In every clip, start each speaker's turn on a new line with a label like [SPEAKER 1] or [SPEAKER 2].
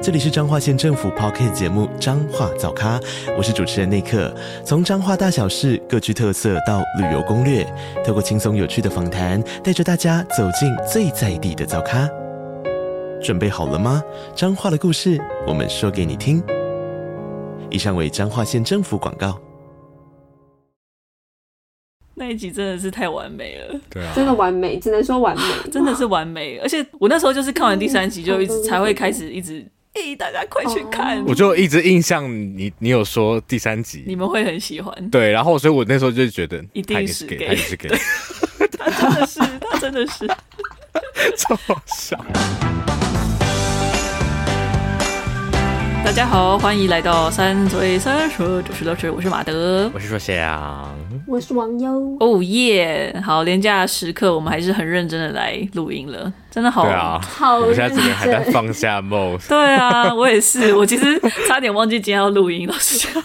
[SPEAKER 1] 这里是彰化县政府 p o c k t 节目《彰化早咖》，我是主持人内克。从彰化大小事各具特色到旅游攻略，透过轻松有趣的访谈，带着大家走进最在地的早咖。准备好了吗？彰化的故事，我们说给你听。以上为彰化县政府广告。
[SPEAKER 2] 那一集真的是太完美了，
[SPEAKER 3] 对啊，
[SPEAKER 4] 真的完美，只能说完美。
[SPEAKER 2] 啊真的是完美。而且我那时候就是看完第三集就一直
[SPEAKER 4] 嗯
[SPEAKER 2] 才会开始一直，诶、大家快去看，
[SPEAKER 3] 我就一直印象你，你有说第三
[SPEAKER 2] 你
[SPEAKER 3] 集，
[SPEAKER 2] 们会很喜欢。
[SPEAKER 3] 对，然后所以我那时候就觉得
[SPEAKER 2] 一定
[SPEAKER 3] 他
[SPEAKER 2] 是
[SPEAKER 3] 是给，
[SPEAKER 2] gay
[SPEAKER 3] 他也是给，
[SPEAKER 2] 他真的是，他真的是。
[SPEAKER 3] 超好笑。
[SPEAKER 2] 大家好，欢迎来到三嘴三舌主持老师，我是马德。
[SPEAKER 3] 我是说谁啊？
[SPEAKER 4] 我是王优，
[SPEAKER 2] 哦耶！好，廉价时刻，我们还是很认真的来录音了，真的好。
[SPEAKER 3] 对啊，
[SPEAKER 4] 好
[SPEAKER 2] 哦
[SPEAKER 3] 我们现在整个还在
[SPEAKER 4] 认真
[SPEAKER 3] 放 下梦，
[SPEAKER 2] 对啊，我也是，我其实差点忘记今天要录音，老师讲，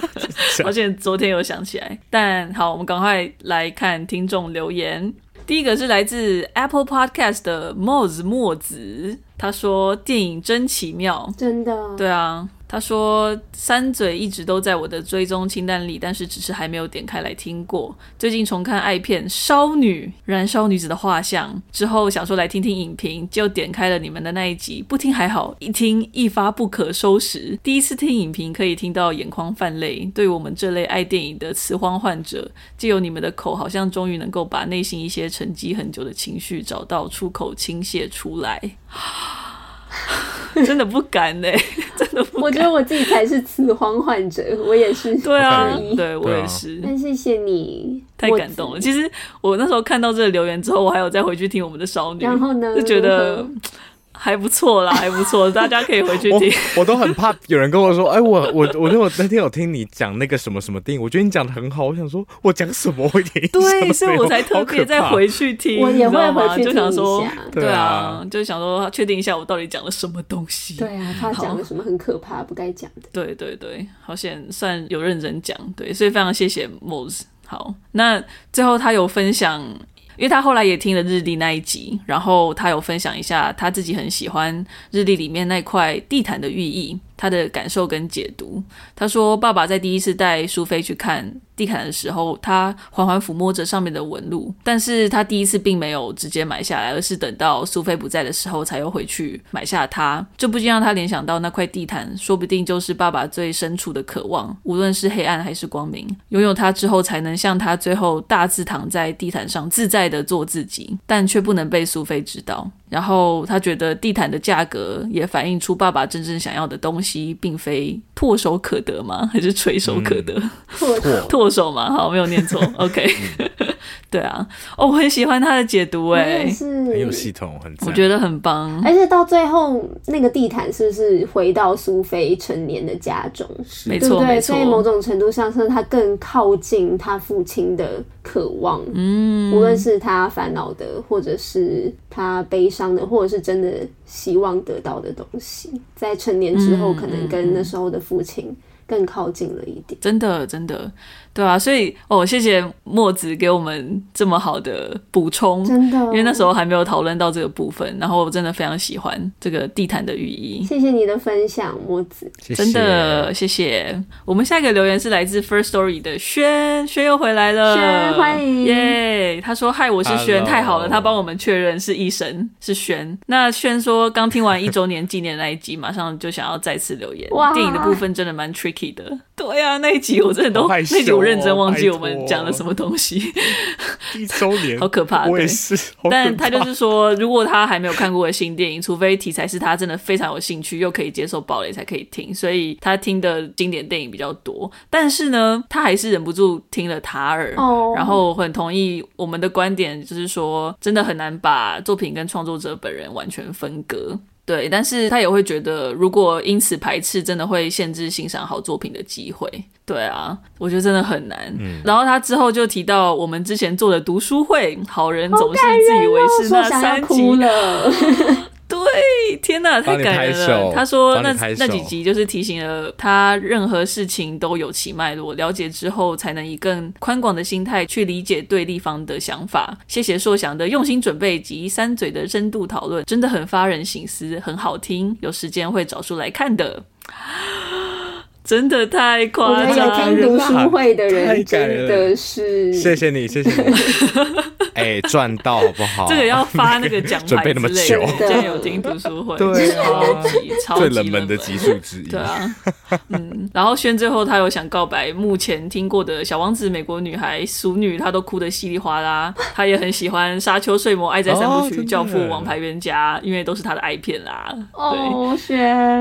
[SPEAKER 2] 而且昨天有想起来。但好，我们赶快来看听众留言。第一个是来自 Apple Podcast 的墨子墨子，他说电影真奇妙，
[SPEAKER 4] 真的，
[SPEAKER 2] 对啊，他说三嘴一直都在我的追踪清单里，但是只是还没有点开来听过。最近重看爱片《烧女》，燃烧女子的画像之后，想说来听听影评，就点开了你们的那一集。不听还好，一听一发不可收拾。第一次听影评，可以听到眼眶泛泪。对于我们这类爱电影的词荒患者，借由你们的口，好像终于能够把内心一些沉积很久的情绪找到出口倾泻出来。 真的不敢欸呢、真的不敢。
[SPEAKER 4] 我觉得我自己才是词荒患者，我也是。
[SPEAKER 2] 对啊
[SPEAKER 3] OK，
[SPEAKER 2] 对我
[SPEAKER 3] 对啊
[SPEAKER 2] 也是，
[SPEAKER 4] 但谢谢你，
[SPEAKER 2] 太
[SPEAKER 4] 嗯我
[SPEAKER 2] 感动了。其实我那时候看到这个留言之后，我还有再回去听我们的少女，
[SPEAKER 4] 然后呢
[SPEAKER 2] 就觉得
[SPEAKER 4] 如何
[SPEAKER 2] 还不错啦，还不错，大家可以 回去
[SPEAKER 3] 我
[SPEAKER 2] 听。
[SPEAKER 3] 我都很怕有人跟我说，哎，我我我那我那天有听你讲那个什么什么电影，我觉得你讲的很好，我想说我讲什么，我一 点印象都没
[SPEAKER 2] 对，
[SPEAKER 3] 有
[SPEAKER 2] 所以我才特别再。
[SPEAKER 3] 好可
[SPEAKER 2] 回去听，
[SPEAKER 4] 我也
[SPEAKER 2] 你知道
[SPEAKER 4] 会
[SPEAKER 2] 吗？
[SPEAKER 4] 回去
[SPEAKER 2] 就想说
[SPEAKER 4] 听一下，
[SPEAKER 2] 对
[SPEAKER 3] 对啊
[SPEAKER 2] 啊，就想说确定一下我到底讲了什么东西。
[SPEAKER 4] 对啊，他
[SPEAKER 2] 好
[SPEAKER 4] 讲了什么很可怕、不该讲的。
[SPEAKER 2] 对对对，好险算有认真讲，对，所以非常谢谢 Mose。好，那最后他有分享，因为他后来也听了日历那一集，然后他有分享一下他自己很喜欢日历里面那块地毯的寓意，他的感受跟解读。他说，爸爸在第一次带苏菲去看地毯的时候，他缓缓抚摸着上面的纹路，但是他第一次并没有直接买下来，而是等到苏菲不在的时候才又回去买下它。这不禁让他联想到那块地毯，说不定就是爸爸最深处的渴望，无论是黑暗还是光明。拥有它之后，才能像他最后大字躺在地毯上，自在的做自己，但却不能被苏菲知道。然后他觉得地毯的价格也反映出爸爸真正想要的东西，并非唾手可得吗？还是垂手可得？
[SPEAKER 4] 错
[SPEAKER 3] 怕
[SPEAKER 2] 唾手嘛，好，没有念错。OK，对啊，哦，我很喜欢他的解读，
[SPEAKER 4] 我也
[SPEAKER 2] 哎，
[SPEAKER 4] 是哎
[SPEAKER 3] 很有系统，很赞
[SPEAKER 2] 我觉得很棒。
[SPEAKER 4] 而且到最后，那个地毯是不是回到苏菲成年的家中？
[SPEAKER 2] 没
[SPEAKER 4] 对不
[SPEAKER 2] 错，没
[SPEAKER 4] 对？
[SPEAKER 2] 错
[SPEAKER 4] 所以，某种程度上，是他更靠近他父亲的渴望。嗯，无论是他烦恼的，或者是他悲伤的，或者是真的希望得到的东西，在成年之后，
[SPEAKER 2] 嗯
[SPEAKER 4] 可能跟那时候的父亲更靠近了一点。
[SPEAKER 2] 真的，真的，对啊，所以哦，谢谢墨子给我们这么好的补充，
[SPEAKER 4] 真的，
[SPEAKER 2] 嗯
[SPEAKER 4] 哦
[SPEAKER 2] 因为那时
[SPEAKER 4] 候。
[SPEAKER 2] 候还没有讨论到这个部分，然后我真的非常喜欢这个地毯的寓意。
[SPEAKER 4] 谢谢你的分享，墨子。
[SPEAKER 3] 谢谢
[SPEAKER 2] 真的，谢谢。我们下一个留言是来自 First Story 的轩，轩又回来了，
[SPEAKER 4] 轩欢迎
[SPEAKER 2] 耶他说：“嗨，我是轩，
[SPEAKER 3] Hello
[SPEAKER 2] 太好了，他帮我们确认是医生，是轩。”那轩说刚听完一周年纪念那一集，马上就想要再次留言。
[SPEAKER 4] 哇
[SPEAKER 2] 电影的部分真的蛮 tricky 的。对啊，那一集我真的都、
[SPEAKER 3] 好害羞哦
[SPEAKER 2] 那一集我认真忘记
[SPEAKER 3] 拜
[SPEAKER 2] 我
[SPEAKER 3] 托
[SPEAKER 2] 们讲了什么东西，
[SPEAKER 3] 一周年，
[SPEAKER 2] 好可怕。
[SPEAKER 3] 我也
[SPEAKER 2] 对
[SPEAKER 3] 是，好可
[SPEAKER 2] 但他
[SPEAKER 3] 怕
[SPEAKER 2] 就是说，如果他还没有看过的新电影，除非题材是他真的非常有兴趣，又可以接受暴雷才可以听，所以他听的经典电影比较多。但是呢，他还是忍不住听了塔尔。
[SPEAKER 4] 哦
[SPEAKER 2] 然后很同意我们的观点，就是说，真的很难把作品跟创作者本人完全分割。对，但是他也会觉得，如果因此排斥，真的会限制欣赏好作品的机会。对啊，我觉得真的很难。然后他之后就提到我们之前做的读书会，好人总是自以为是
[SPEAKER 4] 哦说
[SPEAKER 2] 那
[SPEAKER 4] 想要
[SPEAKER 2] 三
[SPEAKER 4] 哭
[SPEAKER 2] 集。
[SPEAKER 4] 了，
[SPEAKER 2] 对，天哪，太
[SPEAKER 3] 帮你
[SPEAKER 2] 感人
[SPEAKER 3] 拍
[SPEAKER 2] 了
[SPEAKER 3] 手。
[SPEAKER 2] 他说
[SPEAKER 3] 帮你
[SPEAKER 2] 那
[SPEAKER 3] 拍手
[SPEAKER 2] 那几集就是提醒了他，任何事情都有其脉络，了解之后才能以更呃宽广的心态去理解对立方的想法。谢谢硕翔的用心准备及三嘴的深度讨论，真的很发人省思，很好听，有时间会找出来看的。 真的太
[SPEAKER 4] 我
[SPEAKER 2] 夸
[SPEAKER 4] 觉得
[SPEAKER 2] 张了
[SPEAKER 4] 有听，读书会的
[SPEAKER 3] 太
[SPEAKER 4] 人
[SPEAKER 3] 感人
[SPEAKER 4] 真
[SPEAKER 3] 了
[SPEAKER 4] 的是，
[SPEAKER 3] 谢谢你，谢谢 你。哎，赚到好不好？
[SPEAKER 2] 这个要发那个奖
[SPEAKER 3] 准
[SPEAKER 2] 牌
[SPEAKER 3] 备那么
[SPEAKER 2] 之类的
[SPEAKER 4] 久。
[SPEAKER 2] 之前有听读书会，
[SPEAKER 3] 对啊
[SPEAKER 2] 超级超级
[SPEAKER 3] 最冷门的集数之一。
[SPEAKER 2] 对 啊，嗯，然后轩最后他有想告白，目前听过的小王子、美国女孩、熟女，他都哭得稀里哗啦。他也很喜欢《沙丘》《睡魔》《爱在三部
[SPEAKER 3] 哦
[SPEAKER 2] 曲》
[SPEAKER 3] 真的
[SPEAKER 2] 教父》《王牌冤家》，因为都是他的爱片啦。对。
[SPEAKER 4] 哦，轩，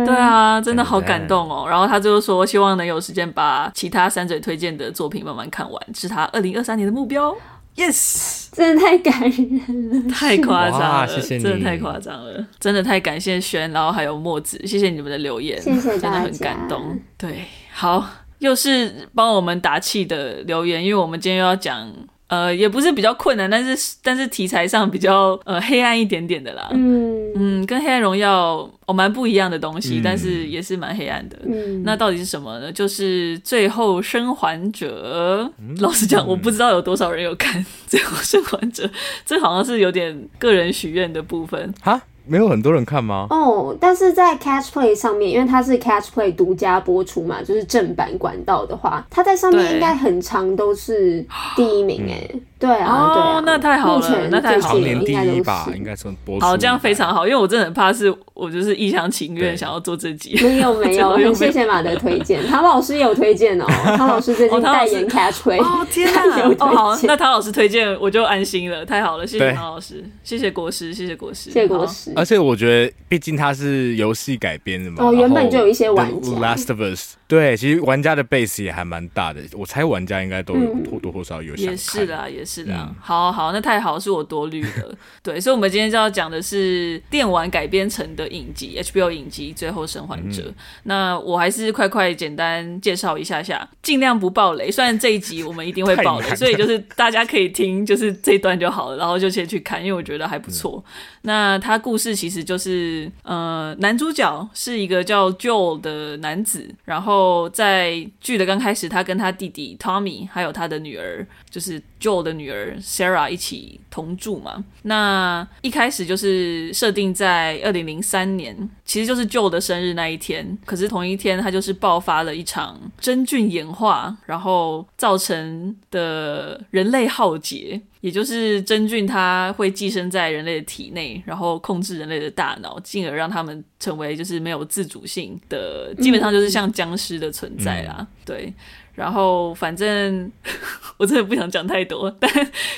[SPEAKER 2] 对，啊，真的好
[SPEAKER 3] 真的
[SPEAKER 2] 感动哦！然后他最后说，希望能有时间把其他三嘴推荐的作品慢慢看完，是他二零二三年的目标。Yes，
[SPEAKER 4] 真的太感人了。
[SPEAKER 2] 太夸张了，
[SPEAKER 3] 哇谢谢你
[SPEAKER 2] 真的太夸张了，真的太感谢轩，然后还有墨子，谢谢你们的留言，
[SPEAKER 4] 谢谢
[SPEAKER 2] 真的
[SPEAKER 4] 大
[SPEAKER 2] 很
[SPEAKER 4] 家
[SPEAKER 2] 感动。对，好，又是帮我们打气的留言，因为我们今天又要讲。呃，也不是比较困难，但是但是题材上比较呃黑暗一点点的啦，
[SPEAKER 4] 嗯
[SPEAKER 2] 嗯，跟黑暗荣耀哦蛮不一样的东西，
[SPEAKER 3] 嗯
[SPEAKER 2] 但是也是蛮黑暗的。
[SPEAKER 4] 嗯，
[SPEAKER 2] 那到底是什么呢？就是《最后生还者》。
[SPEAKER 3] 嗯
[SPEAKER 2] 老实讲，我不知道有多少人有看《 最后生还者》，这好像是有点个人许愿的部分。
[SPEAKER 3] 哈，没有很多人看吗？
[SPEAKER 4] 哦，但是在 Catch Play 上面，因为它是 Catch Play 独家播出嘛，就是正版管道的话，它在上面
[SPEAKER 2] 对
[SPEAKER 4] 应该很长都是第一名哎、对啊，
[SPEAKER 2] 哦
[SPEAKER 4] 对啊，
[SPEAKER 2] 那太好了
[SPEAKER 4] 目前
[SPEAKER 2] 那太好
[SPEAKER 4] 最
[SPEAKER 3] 常
[SPEAKER 2] 了
[SPEAKER 4] 近
[SPEAKER 3] 年第
[SPEAKER 4] 应该都
[SPEAKER 3] 一
[SPEAKER 4] 哦是
[SPEAKER 3] 吧，应该算播出。
[SPEAKER 2] 好，这样非常好，因为我真的很怕是我就是一厢情愿
[SPEAKER 3] 对
[SPEAKER 2] 想要做这集。
[SPEAKER 4] 没有没有，
[SPEAKER 2] 这个又
[SPEAKER 4] 很谢谢马的推荐，唐老师也有推荐哦，唐老师最
[SPEAKER 2] 哦
[SPEAKER 4] 近
[SPEAKER 2] 唐老
[SPEAKER 4] 代
[SPEAKER 2] 师
[SPEAKER 4] 言 Catch Play，、
[SPEAKER 2] 哦天
[SPEAKER 4] 他
[SPEAKER 2] 哪
[SPEAKER 4] 有！
[SPEAKER 2] 哦好
[SPEAKER 4] 推，
[SPEAKER 2] 那
[SPEAKER 4] 荐，
[SPEAKER 2] 唐老师推荐我就安心了，太好了，谢谢
[SPEAKER 3] 对
[SPEAKER 2] 唐老师，谢谢国师，谢谢国师，
[SPEAKER 4] 谢谢国
[SPEAKER 2] 好。
[SPEAKER 4] 师，
[SPEAKER 3] 而且我觉得，毕竟它是游戏改编的嘛，
[SPEAKER 4] 哦原本就有一些玩
[SPEAKER 3] 然后
[SPEAKER 4] 家
[SPEAKER 3] The Last of Us，对，其实玩家的 base 也还蛮大的，我猜玩家应该都有
[SPEAKER 4] 嗯
[SPEAKER 3] 或多或少有想看。
[SPEAKER 2] 也是啦，也是啦。
[SPEAKER 3] 嗯
[SPEAKER 2] 好好，那太好，是我多虑 了。对，所以，我们今天就要讲的是电玩改编成的影集，HBO 影集《最后生还者》
[SPEAKER 3] 嗯
[SPEAKER 2] 那我还是快快简单介绍一下下，尽量不爆雷。虽然这一集我们一定会爆
[SPEAKER 3] 太难
[SPEAKER 2] 雷，
[SPEAKER 3] 了
[SPEAKER 2] 所以就是大家可以听，就是这一段就好了，然后就先去看，因为我觉得还不错。那他故事其实就是，呃，男主角是一个叫 Joel 的男子，然后在剧的刚开始，他跟他弟弟 Tommy 还有他的女儿，就是 Joel 的女儿 Sarah 一起同住嘛。那一开始就是设定在二零零三年，其实就是 Joel 的生日那一天，可是同一天他就是爆发了一场真菌演化，然后造成的人类浩劫。也就是真菌，它会寄生在人类的体内，然后控制人类的大脑，进而让他们成为就是没有自主性的，基本上就是像僵尸的存在啦。对，然后反正 我真的不想讲太多，但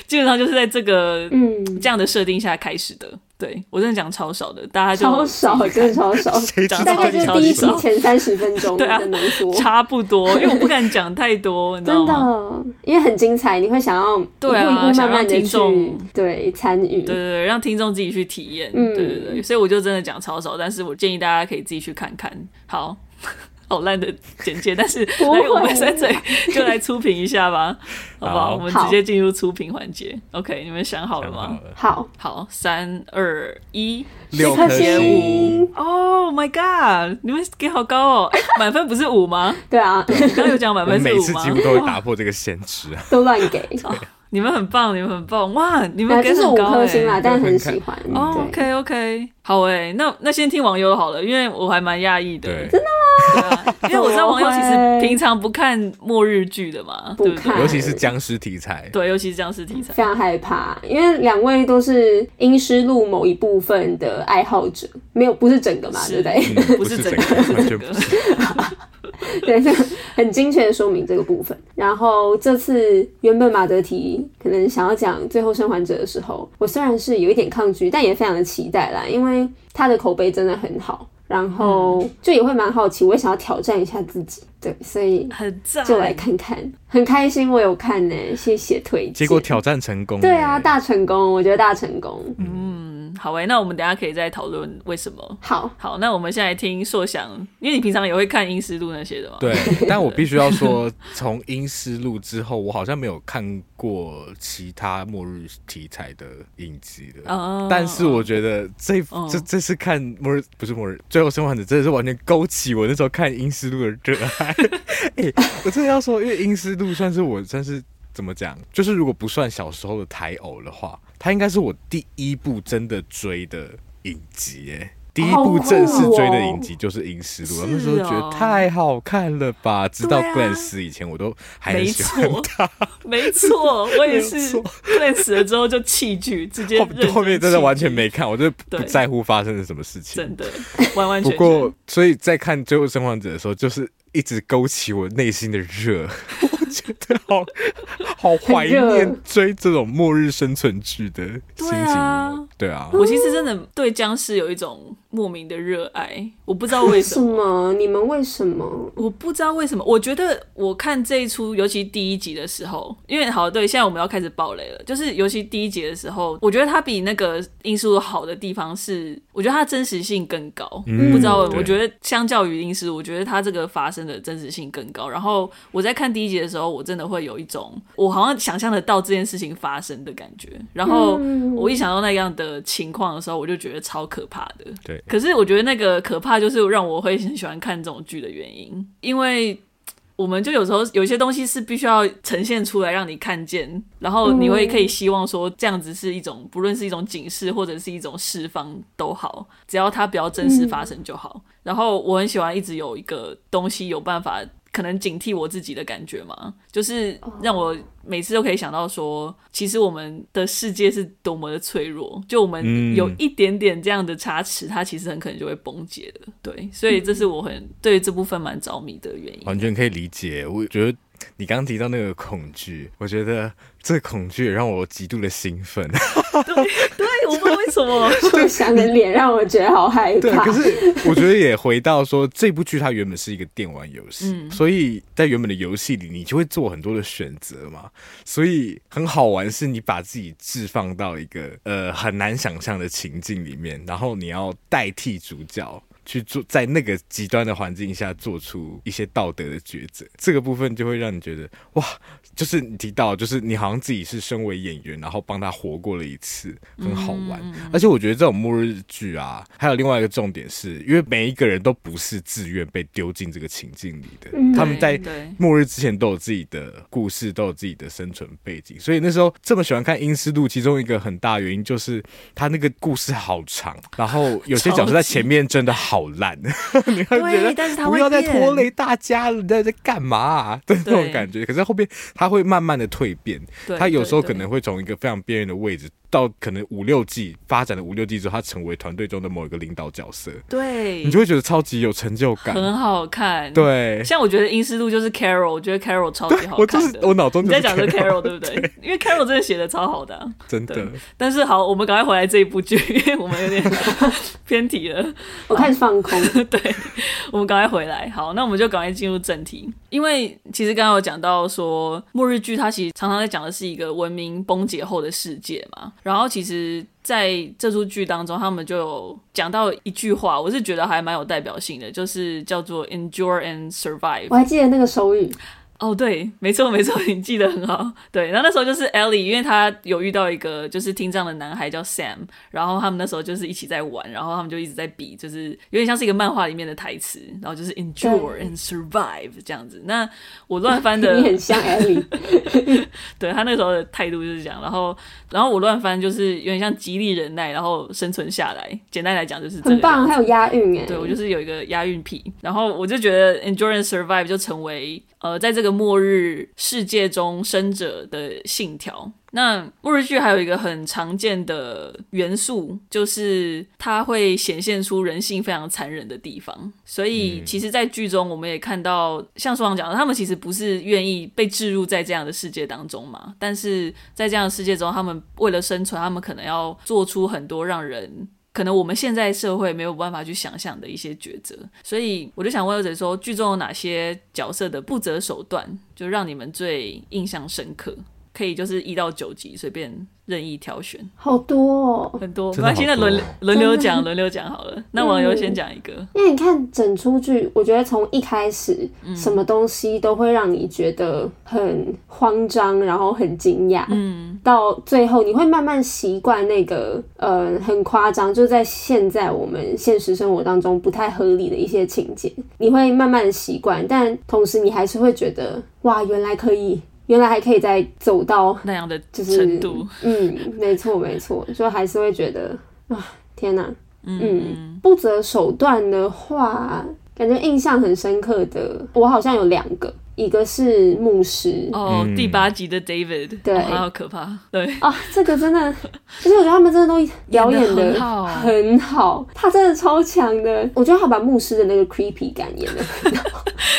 [SPEAKER 2] 基本上就是在这个
[SPEAKER 4] 嗯，
[SPEAKER 2] 这样的设定下开始的。对我真的讲超少的，大家就
[SPEAKER 4] 超少，真的超少，
[SPEAKER 3] 谁知道
[SPEAKER 4] 大概就是第一集
[SPEAKER 2] 超级少
[SPEAKER 4] 前三十分钟
[SPEAKER 2] 对啊
[SPEAKER 4] 的浓缩。
[SPEAKER 2] 差不 多，因为我不敢讲太多，你知道
[SPEAKER 4] 真
[SPEAKER 2] 吗？
[SPEAKER 4] 的，啊因为很精彩，你会想要一步
[SPEAKER 2] 对啊
[SPEAKER 4] 一步
[SPEAKER 2] 想让
[SPEAKER 4] 慢慢的
[SPEAKER 2] 听
[SPEAKER 4] 去
[SPEAKER 2] 众
[SPEAKER 4] 对参与。
[SPEAKER 2] 对对对，让听众自己去体验。
[SPEAKER 4] 嗯
[SPEAKER 2] 对对对，所以我就真的讲超少，但是我建议大家可以自己去看看。好。 好烂的简介，但是
[SPEAKER 4] 不会
[SPEAKER 2] 来我们三嘴就来初评一下 吧，好不好？
[SPEAKER 3] 好
[SPEAKER 2] 我们
[SPEAKER 4] 好
[SPEAKER 2] 直接进入初评环节。OK，你们想好了
[SPEAKER 3] 想
[SPEAKER 2] 吗？
[SPEAKER 3] 好了
[SPEAKER 4] 好，
[SPEAKER 2] 好，三二一
[SPEAKER 3] 六
[SPEAKER 4] 颗
[SPEAKER 3] 颗
[SPEAKER 4] 星
[SPEAKER 3] 星，
[SPEAKER 2] ，Oh my god！你们给好高 哦，哎满分不是五吗？
[SPEAKER 4] 对 啊，
[SPEAKER 2] 你刚刚有讲满
[SPEAKER 3] 我们
[SPEAKER 2] 分是
[SPEAKER 3] 每
[SPEAKER 2] 五
[SPEAKER 3] 次
[SPEAKER 2] 吗
[SPEAKER 3] 几？乎都会打破这个限制啊。
[SPEAKER 4] 都乱给，
[SPEAKER 2] 你们很棒，你们很棒，哇！你们
[SPEAKER 4] 啊，
[SPEAKER 2] 给
[SPEAKER 4] 就是
[SPEAKER 2] 很
[SPEAKER 4] 五
[SPEAKER 2] 高
[SPEAKER 4] 颗
[SPEAKER 2] 哎、
[SPEAKER 4] 星啦，但很喜欢。
[SPEAKER 3] 嗯
[SPEAKER 2] 哦、o
[SPEAKER 4] 对，
[SPEAKER 2] k OK，好哎、那那先听网友好了，因为我还蛮讶异的，
[SPEAKER 3] 对，
[SPEAKER 2] 对啊因为我知道网友其实平常不看末日剧的嘛，
[SPEAKER 4] 不
[SPEAKER 2] 对不
[SPEAKER 4] 看
[SPEAKER 2] 对？
[SPEAKER 3] 尤其是僵尸题材，
[SPEAKER 2] 对，尤其是僵尸题材，
[SPEAKER 4] 非常害怕，因为两位都是阴尸路某一部分的爱好者，没有不是整个嘛，对
[SPEAKER 2] 是
[SPEAKER 4] 不对？
[SPEAKER 3] 嗯
[SPEAKER 2] 不是 整个，
[SPEAKER 3] 完全
[SPEAKER 2] 不
[SPEAKER 3] 不
[SPEAKER 2] 是
[SPEAKER 3] 是。
[SPEAKER 4] 对，这个很精确的说明这个部分。然后这次原本马德提可能想要讲《最后生还者》的时候，我虽然是有一点抗拒，但也非常的期待啦，因为他的口碑真的很好，然
[SPEAKER 3] 嗯
[SPEAKER 4] 后就也会蛮好奇，我也想要挑战一下自己，对，所以
[SPEAKER 2] 很赞，
[SPEAKER 4] 就来看看，很开心我有看呢、谢谢推荐。啊
[SPEAKER 3] 结果挑战成功了，
[SPEAKER 4] 对啊，大成功，我觉得大成功。
[SPEAKER 2] 嗯，好诶、那我们等一下可以再讨论为什么。
[SPEAKER 4] 好，
[SPEAKER 2] 好，那我们现在听硕翔，因为你平常也会看《阴湿路》那些的嘛。，
[SPEAKER 3] 对，但我必须要说，从《阴尸路》之后，我好像没有看过其他末日题材的影集了。
[SPEAKER 2] 哦
[SPEAKER 3] 但是我觉得这、
[SPEAKER 2] 哦
[SPEAKER 3] 这这次看末日不是末日最后生还者，真的是完全勾起我那时候看《阴尸路》的热爱。 哎、我真的要说，因为《阴尸路》算是我算是怎么讲，就是如果不算小时候的台偶的话，它应该是我第一部真的追的影集哎、第一部正式追的影集就是《阴尸路》
[SPEAKER 2] 好酷哦
[SPEAKER 3] 那时候觉得太好看了吧！直到
[SPEAKER 2] 对啊
[SPEAKER 3] Glenn 死以前，我都还很
[SPEAKER 2] 没
[SPEAKER 3] 喜欢
[SPEAKER 2] 错，没错，我也
[SPEAKER 3] 没
[SPEAKER 2] 是
[SPEAKER 3] 错
[SPEAKER 2] 认识了之后就弃剧，直接
[SPEAKER 3] 后
[SPEAKER 2] 认
[SPEAKER 3] 后面真的完全
[SPEAKER 2] 弃剧
[SPEAKER 3] 没看，我就不
[SPEAKER 2] 对
[SPEAKER 3] 在乎发生了什么事情。
[SPEAKER 2] 真的完完
[SPEAKER 3] 不
[SPEAKER 2] 全全。
[SPEAKER 3] 过，所以在看《最后生还者》的时候，就是一直勾起我内心的热， 我觉得好好怀
[SPEAKER 4] 很热
[SPEAKER 3] 念追这种末日生存剧的心
[SPEAKER 2] 对啊
[SPEAKER 3] 情。对啊，
[SPEAKER 2] 我其实真的对僵尸有一种莫名的热爱，我不知道为什
[SPEAKER 4] 什
[SPEAKER 2] 么。
[SPEAKER 4] 么？你们为 什么？
[SPEAKER 2] 我不知道为什么，我觉得我看这一出，尤其第一集的时候，因为好对，现在我们要开始爆雷了。就是尤其第一集的时候，我觉得它比那个《因素好的地方是，我觉得它真实性更高。
[SPEAKER 3] 嗯
[SPEAKER 2] 不知道，
[SPEAKER 3] 对
[SPEAKER 2] 我觉得相较于《因素，我觉得它这个发生的真实性更高。然后我在看第一集的时候，我真的会有一种我好像想象得到这件事情发生的感觉。然后我一想到那样的情况的时候，我就觉得超可怕的。
[SPEAKER 3] 对
[SPEAKER 2] 可是我觉得那个可怕就是让我会很喜欢看这种剧的原因，因为我们就有时候有些东西是必须要呈现出来让你看见，然后你会可以希望说这样子是一种，不论是一种警示或者是一种释放都好，只要它不要真实发生就好。然后我很喜欢一直有一个东西有办法。可能警惕我自己的感觉嘛，就是让我每次都可以想到说，其实我们的世界是多么的脆弱，就我们
[SPEAKER 3] 嗯
[SPEAKER 2] 有一点点这样的差池，它其实很可能就会崩解的。对，所以这是我很对这部分蛮着迷的原因。
[SPEAKER 3] 完全可以理解。我觉得你刚刚提到那个恐惧，我觉得这恐惧也让我极度的兴奋。
[SPEAKER 2] 对，我不知道为什么。
[SPEAKER 4] 就想的脸让我觉得好害
[SPEAKER 3] 对，啊
[SPEAKER 4] 怕
[SPEAKER 3] 可。是我觉得也回到说，这部剧它原本是一个电玩游戏，
[SPEAKER 4] 嗯
[SPEAKER 3] 所以在原本的游戏里，你就会做很多的选择嘛。所以很好玩，是你把自己置放到一个呃很难想象的情境里面，然后你要代替主角。去做在那个极端的环境下做出一些道德的抉择，这个部分就会让你觉得哇，就是你提到，就是你好像自己是身为演员，然后帮他活过了一次，很好玩。而且我觉得这种末日剧啊，还有另外一个重点是，因为每一个人都不是自愿被丢进这个情境里的，
[SPEAKER 4] 嗯
[SPEAKER 3] 他们在
[SPEAKER 2] 对
[SPEAKER 3] 末日之前都有自己的故事，都有自己的生存背景，所以那时候这么喜欢看《阴尸路》，其中一个很大原因就是他那个故事好长，然后有些角色在前面真的好烂，你会觉
[SPEAKER 2] 对
[SPEAKER 3] 得
[SPEAKER 2] 但是他会
[SPEAKER 3] 不要再拖
[SPEAKER 2] 变
[SPEAKER 3] 累大家了，你在在干嘛、啊？的那种
[SPEAKER 2] 对
[SPEAKER 3] 感觉。可是后面他会慢慢的蜕变，
[SPEAKER 2] 对
[SPEAKER 3] 他有时候
[SPEAKER 2] 对
[SPEAKER 3] 可能会从一个非常边缘的位置，到可能五六季发展了五六季之后，他成为团队中的某一个领导角色，
[SPEAKER 2] 对，
[SPEAKER 3] 你就会觉得超级有成就感。
[SPEAKER 2] 很好看。，
[SPEAKER 3] 对，
[SPEAKER 2] 像我觉得《阴湿路》就是 Carol，我觉得 Carol 超级好看的。
[SPEAKER 3] 我就是我脑中
[SPEAKER 2] 你
[SPEAKER 3] 就
[SPEAKER 2] 在
[SPEAKER 3] 是
[SPEAKER 2] 讲的
[SPEAKER 3] Carol，
[SPEAKER 2] Carol 对不对？因为 Carol 真的写的超好的啊、
[SPEAKER 3] 真的
[SPEAKER 2] 对。但是好，我们赶快回来这一部剧，因为我们有点 偏题了。
[SPEAKER 4] 我开始放空，
[SPEAKER 2] 对， 我们赶快回来。好，那我们就赶快进入正题，因为其实刚刚有讲到说，末日剧它其实常常在讲的是一个文明崩解后的世界嘛。然后其实在这出剧当中，他们就有讲到一句话，我是觉得还蛮有代表性的，就是叫做 “endure and survive”。
[SPEAKER 4] 我还记得那个手语，
[SPEAKER 2] 哦，对，没错没错， 你记得很好。对，然后那时候就是 Ellie，因为她有遇到一个就是听障的男孩叫 Sam，然后他们那时候就是一起在玩，然后他们就一直在比，就是有点像是一个漫画里面的台词，然后就是 endure and survive 这样子。那我乱翻的，
[SPEAKER 4] 你很像艾莉，
[SPEAKER 2] 对他那时候的态度就是这样，然后然后我乱翻就是有点像极力忍耐，然后生存下来。简单来讲就是这
[SPEAKER 4] 很
[SPEAKER 2] 个样
[SPEAKER 4] 棒，
[SPEAKER 2] 子
[SPEAKER 4] 还有押韵哎。
[SPEAKER 2] 对我就是有一个押韵癖，然后我就觉得 endurance survive 就成为呃，在这个末日世界中生者的信条。那末日剧还有一个很常见的元素，就是它会显现出人性非常残忍的地方。所以，其实，在剧中我们也看到，像双讲的，他们其实不是愿意被置入在这样的世界当中嘛。但是在这样的世界中，他们为了生存，他们可能要做出很多让人可能我们现在社会没有办法去想象的一些抉择，所以我就想问二姐说，剧中有哪些角色的不择手段，就让你们最印象深刻？可以就是一到九集随便任意挑选，
[SPEAKER 4] 好多哦。
[SPEAKER 2] 很多。没
[SPEAKER 3] 真的
[SPEAKER 2] 关系，
[SPEAKER 3] 好
[SPEAKER 2] 那轮
[SPEAKER 3] 多哦
[SPEAKER 2] 轮流讲，
[SPEAKER 4] 真的
[SPEAKER 2] 轮流讲好了。那网友先讲一个，
[SPEAKER 4] 因为你看整出剧，我觉得从一开始，
[SPEAKER 2] 嗯
[SPEAKER 4] 什么东西都会让你觉得很慌张，然后很惊讶。嗯，到最后你会慢慢习惯那个呃很夸张，就在现在我们现实生活当中不太合理的一些情节，你会慢慢地习惯，但同时你还是会觉得哇，原来可以，原来还可以再走到
[SPEAKER 2] 那样的
[SPEAKER 4] 就是
[SPEAKER 2] 程度，
[SPEAKER 4] 嗯，没错没错，就还是会觉得啊，天哪，嗯，不择手段的话，感觉印象很深刻的，我好像有两个，一个是牧师。
[SPEAKER 2] 哦，
[SPEAKER 3] 嗯
[SPEAKER 2] 第八集的 David，
[SPEAKER 4] 对
[SPEAKER 2] 哦好可怕，对，
[SPEAKER 4] 啊，这个真的，而且我觉得他们真的都表演
[SPEAKER 2] 演得
[SPEAKER 4] 的
[SPEAKER 2] 很好
[SPEAKER 4] 很好，他真的超强的。我觉得他把牧师的那个 creepy 感演的，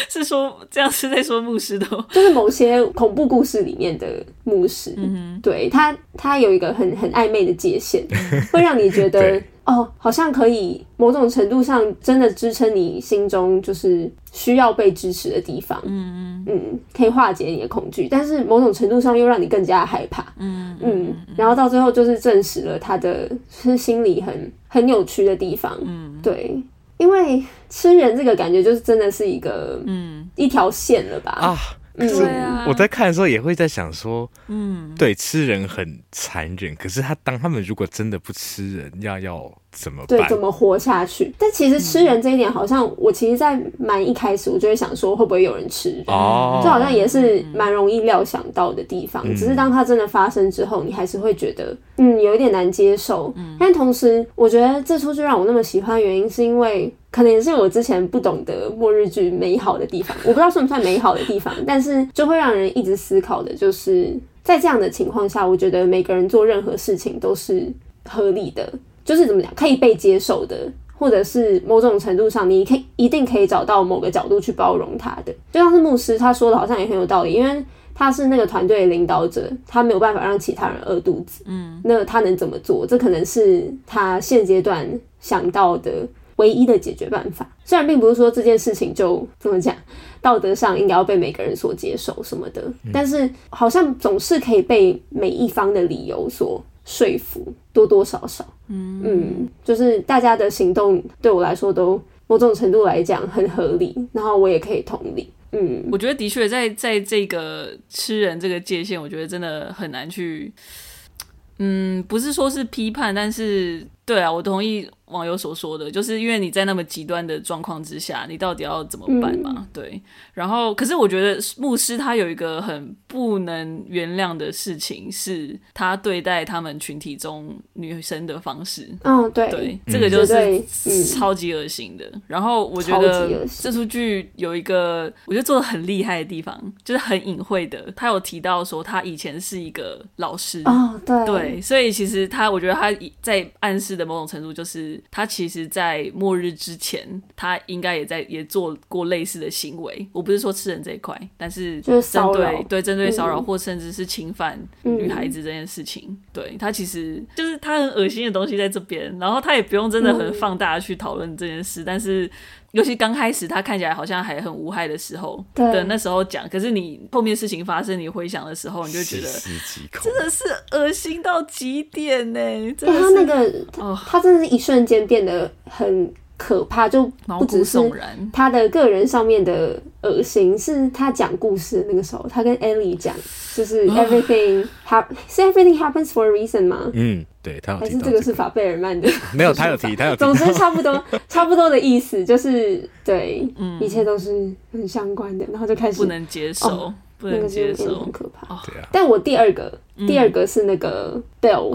[SPEAKER 2] 是说这样是在说牧师的哦，
[SPEAKER 4] 就是某些恐怖故事里面的牧师，对他，他有一个很很暧昧的界限，会让你觉得
[SPEAKER 3] 对
[SPEAKER 4] 哦，好像可以某种程度上真的支撑你心中就是需要被支持的地方，嗯嗯，可以化解你的恐惧，但是某种程度上又让你更加害怕，嗯嗯，然后到最后就是证实了他的就是心理很很扭曲的地方，嗯，对。因为吃人这个感觉就是真的是一个
[SPEAKER 2] 嗯，
[SPEAKER 4] 一条线了吧？嗯
[SPEAKER 3] 啊。可是
[SPEAKER 2] 对啊
[SPEAKER 3] 我在看的时候也会在想说，
[SPEAKER 2] 嗯，
[SPEAKER 3] 对，吃人很残忍，可是他当他们如果真的不吃人，要要怎么
[SPEAKER 4] 对
[SPEAKER 3] 办？，
[SPEAKER 4] 怎么活下去？但其实吃人这一点，好像我其实，在蛮一开始，我就会想说，会不会有人吃人？
[SPEAKER 3] 哦，
[SPEAKER 4] 这好像也是蛮容易料想到的地方。
[SPEAKER 3] 嗯
[SPEAKER 4] 只是当它真的发生之后，你还是会觉得，嗯，有一点难接受。但同时，我觉得这出剧让我那么喜欢，原因是因为可能也是我之前不懂得末日剧美好的地方，我不知道算不算美好的地方，但是就会让人一直思考的，就是在这样的情况下，我觉得每个人做任何事情都是合理的，就是怎么讲，可以被接受的。或者是某种程度上，你可以一定可以找到某个角度去包容他的。就像是牧师他说的，好像也很有道理，因为他是那个团队的领导者，他没有办法让其他人饿肚子。嗯，那他能怎么做？这可能是他现阶段想到的唯一的解决办法。虽然并不是说这件事情就怎么讲，道德上应该要被每个人所接受什么的，但是好像总是可以被每一方的理由所说服，多多少少。嗯，就是大家的行动对我来说都某种程度来讲很合理，然后我也可以同理。嗯，
[SPEAKER 2] 我觉得的确在在这个吃人这个界限，我觉得真的很难去，嗯，不是说是批判，但是对啊，我同意网友所说的，就是因为你在那么极端的状况之下，你到底要怎么办嘛？对。然后，可是我觉得牧师他有一个很不能原谅的事情，是他对待他们群体中女生的方式。
[SPEAKER 4] 嗯，对，
[SPEAKER 2] 对，
[SPEAKER 3] 嗯
[SPEAKER 2] 这个就
[SPEAKER 4] 绝对
[SPEAKER 2] 是
[SPEAKER 4] 嗯
[SPEAKER 2] 超级恶心的。然后我觉
[SPEAKER 4] 超级
[SPEAKER 2] 得
[SPEAKER 4] 恶
[SPEAKER 2] 这
[SPEAKER 4] 心
[SPEAKER 2] 出剧有一个我觉得做的很厉害的地方，就是很隐晦的，他有提到说他以前是一个老师。
[SPEAKER 4] 哦，对，
[SPEAKER 2] 对，所以其实他，我觉得他在暗示的某种程度，就是他其实，在末日之前，他应该也在也做过类似的行为。我不是说吃人这一块，但是
[SPEAKER 4] 就
[SPEAKER 2] 针
[SPEAKER 4] 是骚
[SPEAKER 2] 对
[SPEAKER 4] 扰
[SPEAKER 2] 对针对骚扰
[SPEAKER 4] 嗯
[SPEAKER 2] 或甚至是侵犯
[SPEAKER 4] 嗯
[SPEAKER 2] 女孩子这件事情，对他其实就是他很恶心的东西在这边，然后他也不用真的很
[SPEAKER 4] 嗯
[SPEAKER 2] 放大去讨论这件事，但是。尤其刚开始他看起来好像还很无害的时候，
[SPEAKER 4] 对
[SPEAKER 2] 的那时候讲，可是你后面事情发生，你回想的时候，你就觉得
[SPEAKER 3] 细思极恐，
[SPEAKER 2] 真的是恶心到极点呢、真的
[SPEAKER 4] 因为他
[SPEAKER 2] 是
[SPEAKER 4] 那个他
[SPEAKER 2] 哦
[SPEAKER 4] 他真的是一瞬间变得很可怕，就
[SPEAKER 2] 毛
[SPEAKER 4] 不
[SPEAKER 2] 骨
[SPEAKER 4] 只是
[SPEAKER 2] 悚然。
[SPEAKER 4] 他的个人上面的恶心，是他讲故事的那个时候，他跟 Ellie 讲，就是
[SPEAKER 2] 啊
[SPEAKER 4] everything hap 是 everything happens for a reason 吗？
[SPEAKER 3] 嗯，对他有
[SPEAKER 4] 还
[SPEAKER 3] 提
[SPEAKER 4] 是
[SPEAKER 3] 到
[SPEAKER 4] 这个是法贝尔曼的？
[SPEAKER 3] 没有， 他有提，他有提
[SPEAKER 4] 总
[SPEAKER 3] 到，
[SPEAKER 4] 之差不多，差不多的意思就是对，一切都是很相关的，然后就开始
[SPEAKER 2] 嗯不能接受，
[SPEAKER 4] 哦
[SPEAKER 2] 不
[SPEAKER 4] 那
[SPEAKER 2] 能
[SPEAKER 4] 个
[SPEAKER 2] 接
[SPEAKER 4] 是变得
[SPEAKER 2] 受
[SPEAKER 4] 很。可怕。
[SPEAKER 3] 对啊，
[SPEAKER 4] 但我第二个，第二个是那个Bell，、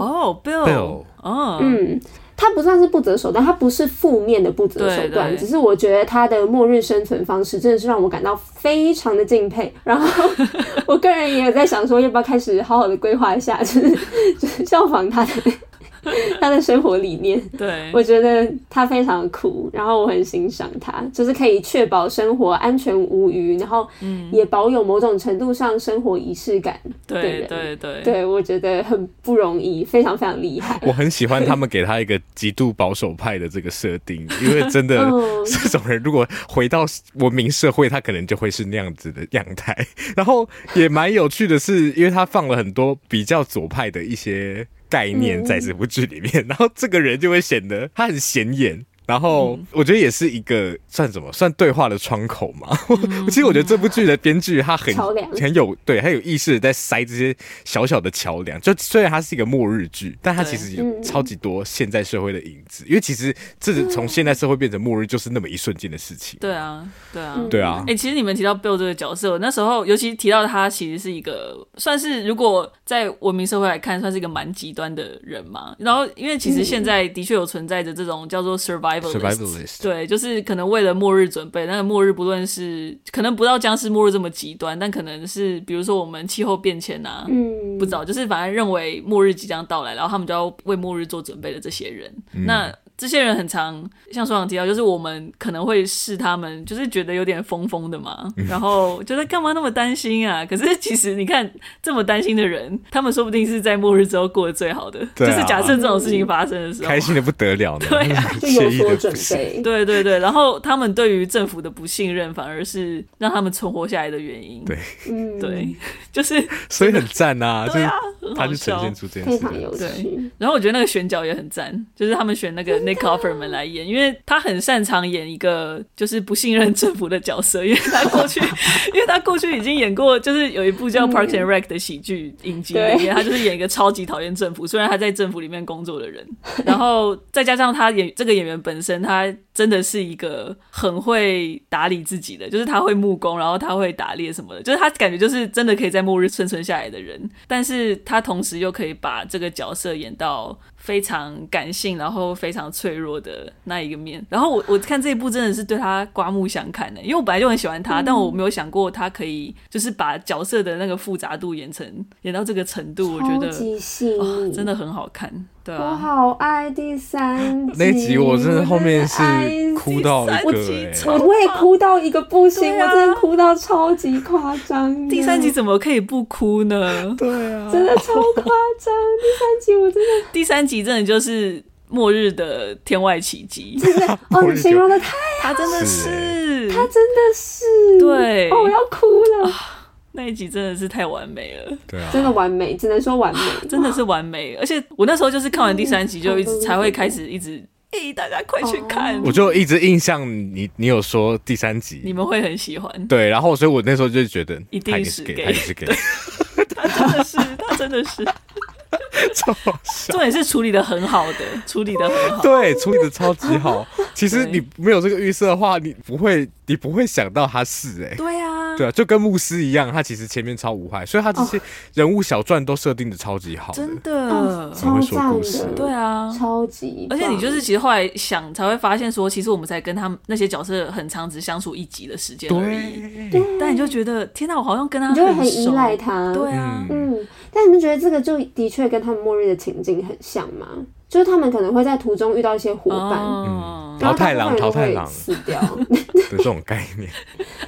[SPEAKER 2] 嗯 哦、b i l l
[SPEAKER 3] Bill
[SPEAKER 2] 哦，
[SPEAKER 4] 嗯，他不算是不择手段，他不是负面的不择手段，
[SPEAKER 2] 对对
[SPEAKER 4] 只是我觉得他的末日生存方式真的是让我感到非常的敬佩。然后 我个人也有在想说，要不要开始好好的规划一下，就是就是效仿他的 他的生活理念。
[SPEAKER 2] 对，
[SPEAKER 4] 我觉得他非常酷，然后我很欣赏他，就是可以确保生活安全无虞，然后也保有某种程度上生活仪式感的
[SPEAKER 2] 嗯对
[SPEAKER 4] 人。
[SPEAKER 2] 对对
[SPEAKER 4] 对我觉得很不容易，非常非常厉害。
[SPEAKER 3] 我很喜欢他们给他一个极度保守派的这个设 定，因为真的
[SPEAKER 4] 嗯
[SPEAKER 3] 这种人如果回到文明社会，他可能就会是那样子的样态。然后也蛮有趣的是，因为他放了很多比较左派的一些概念在这部剧里
[SPEAKER 4] 嗯
[SPEAKER 3] 面，然后这个人就会显得他很显眼。然后
[SPEAKER 4] 嗯
[SPEAKER 3] 我觉得也是一个算什么算对话的窗口嘛。我 其实我觉得这部剧的编剧他很
[SPEAKER 4] 嗯桥梁
[SPEAKER 3] 很有对，很有意识的在塞这些小小的桥梁。就虽然它是一个末日剧，但它
[SPEAKER 2] 对
[SPEAKER 3] 其实有超
[SPEAKER 2] 嗯
[SPEAKER 3] 级多现在社会的影子，因为其实这是从现代社会变成末日就是那么一瞬间的事情。
[SPEAKER 2] 对啊，对
[SPEAKER 4] 嗯
[SPEAKER 2] 啊。
[SPEAKER 3] 对啊
[SPEAKER 2] 哎、，其实你们提到 Bill 这个角色，我那时候尤其提到他，其实是一个算是如果在文明社会来看，算是一个蛮极端的人嘛。然后，因为其实现在的确有存在着这种叫做 survivalist，,
[SPEAKER 3] 嗯 Survivalist
[SPEAKER 2] 对，就是可能为了末日准备。那个末日不论是可能不到僵尸末日这么极端，但可能是比如说我们气候变迁啊，
[SPEAKER 4] 嗯，
[SPEAKER 2] 不知道，就是反正认为末日即将到来，然后他们就要为末日做准备的这些人，
[SPEAKER 3] 嗯
[SPEAKER 2] 那这些人很常像双阳提到，就是我们可能会视他们，就是觉得有点疯疯的嘛，
[SPEAKER 3] 嗯
[SPEAKER 2] 然后觉得干嘛那么担心啊？可是其实你看这么担心的人，他们说不定是在末日之后过得最好的，
[SPEAKER 3] 对啊
[SPEAKER 2] 就是假设这种事情发生的时候，
[SPEAKER 3] 开心的不得了呢，
[SPEAKER 2] 嗯对啊
[SPEAKER 4] 就
[SPEAKER 3] 惬
[SPEAKER 4] 有
[SPEAKER 3] 意
[SPEAKER 4] 所
[SPEAKER 3] 的
[SPEAKER 4] 准
[SPEAKER 3] 不行。
[SPEAKER 4] 备。
[SPEAKER 2] 对对对，然后他们对于政府的不信任，反而是让他们存活下来的原因。
[SPEAKER 3] 对
[SPEAKER 4] 嗯，
[SPEAKER 2] 对， 就是
[SPEAKER 3] 所以很赞 啊，就是
[SPEAKER 2] 很
[SPEAKER 3] 他
[SPEAKER 2] 好
[SPEAKER 3] 就呈
[SPEAKER 2] 笑
[SPEAKER 3] 现。出这件
[SPEAKER 4] 非
[SPEAKER 3] 事
[SPEAKER 4] 常有
[SPEAKER 3] 情。
[SPEAKER 4] 趣。
[SPEAKER 2] 然后我觉得那个选角也很赞，就是他们选那个 Nick Offerman 来演，因为他很擅长演一个就是不信任政府的角色，因为他过去，因为他过去已经演过，就是有一部叫《Parks and Rec》的喜剧影集里
[SPEAKER 4] 对
[SPEAKER 2] 面，他就是演一个超级讨厌政府，虽然他在政府里面工作的人，然后再加上他演这个演员本身，他真的是一个很会打理自己的，就是他会木工，然后他会打猎什么的，就是他感觉就是真的可以在末日生存下来的人。但是他同时又可以把这个角色演到非常感性，然后非常脆弱的那一个面。然后我我看这一部真的是对他刮目相看的、因为我本来就很喜欢他，但我没有想过他可以就是把角色的那个复杂度演成演到这个程度，我觉
[SPEAKER 4] 超
[SPEAKER 2] 得
[SPEAKER 4] 级细
[SPEAKER 2] 啊、
[SPEAKER 4] 腻，
[SPEAKER 2] 真的很好看，对
[SPEAKER 4] 我
[SPEAKER 2] 啊。
[SPEAKER 4] 好爱第三集，
[SPEAKER 3] 那一集我真的后面是哭到一
[SPEAKER 2] 我真
[SPEAKER 3] 个、
[SPEAKER 2] 的爱
[SPEAKER 3] 欸
[SPEAKER 2] 死
[SPEAKER 4] 我我也哭到一个不行，
[SPEAKER 2] 对啊
[SPEAKER 4] 我真的哭到超级夸张的。
[SPEAKER 2] 第三集怎么可以不哭呢？
[SPEAKER 3] 对啊，
[SPEAKER 4] 真的超夸张，第三集我真的
[SPEAKER 2] 第三集真的就是末日的天外奇迹，
[SPEAKER 4] 哦，你形容的太，
[SPEAKER 2] 他真的
[SPEAKER 3] 是欸
[SPEAKER 2] 是
[SPEAKER 4] 他真的是
[SPEAKER 2] 对啊
[SPEAKER 4] 哦，我要哭了，
[SPEAKER 2] 那一集真的是太完美了。
[SPEAKER 3] 对啊，
[SPEAKER 4] 真的完美，只能说完美，
[SPEAKER 2] 真的是完美。而且我那时候就是看完第三集就一直
[SPEAKER 4] 嗯
[SPEAKER 2] 才会开始一直，诶、大家快去看，
[SPEAKER 3] 哦我就一直印象你，你有说第三
[SPEAKER 2] 你
[SPEAKER 3] 集。
[SPEAKER 2] 们会很喜欢。
[SPEAKER 3] 对，然后所以我那时候就觉得
[SPEAKER 2] 一定
[SPEAKER 3] 他也
[SPEAKER 2] 是
[SPEAKER 3] 是给，
[SPEAKER 2] 给
[SPEAKER 3] 他也是给，
[SPEAKER 2] 他真的是，他真的 是，
[SPEAKER 3] 超好笑。
[SPEAKER 2] 重点是处理的很好的，处理的很好。
[SPEAKER 3] 对，处理的超 级好。其实
[SPEAKER 2] 对
[SPEAKER 3] 你没有这个预设的话，你不会，你不会想到他是哎、
[SPEAKER 2] 对啊，
[SPEAKER 3] 对啊，就跟牧师一样，他其实前面超无害，所以他这些人物小传都设定的超级好的。
[SPEAKER 2] 真
[SPEAKER 4] 哦
[SPEAKER 2] 的，
[SPEAKER 4] 超
[SPEAKER 3] 很
[SPEAKER 4] 赞
[SPEAKER 3] 会说故事
[SPEAKER 4] 的，
[SPEAKER 2] 嗯对，啊。
[SPEAKER 4] 超级
[SPEAKER 2] 而
[SPEAKER 4] 棒，
[SPEAKER 2] 且你就是其实后来想才会发现说，其实我们才跟他们那些角色很长只相处一集的时间而已，
[SPEAKER 3] 对，
[SPEAKER 2] 但你就觉得天哪，我好像跟他
[SPEAKER 4] 你就会
[SPEAKER 2] 很
[SPEAKER 4] 很依
[SPEAKER 2] 熟
[SPEAKER 4] 赖他，
[SPEAKER 2] 对啊，
[SPEAKER 3] 嗯
[SPEAKER 4] 嗯，但你们觉得这个就的确跟他们末日的情境很像吗？就是他们可能会在途中遇到一些伙伴，
[SPEAKER 2] 哦，
[SPEAKER 4] 然后
[SPEAKER 3] 淘汰狼
[SPEAKER 4] 大部分
[SPEAKER 3] 淘汰
[SPEAKER 4] 人都
[SPEAKER 3] 狼
[SPEAKER 4] 会死掉，
[SPEAKER 3] 的这种概念，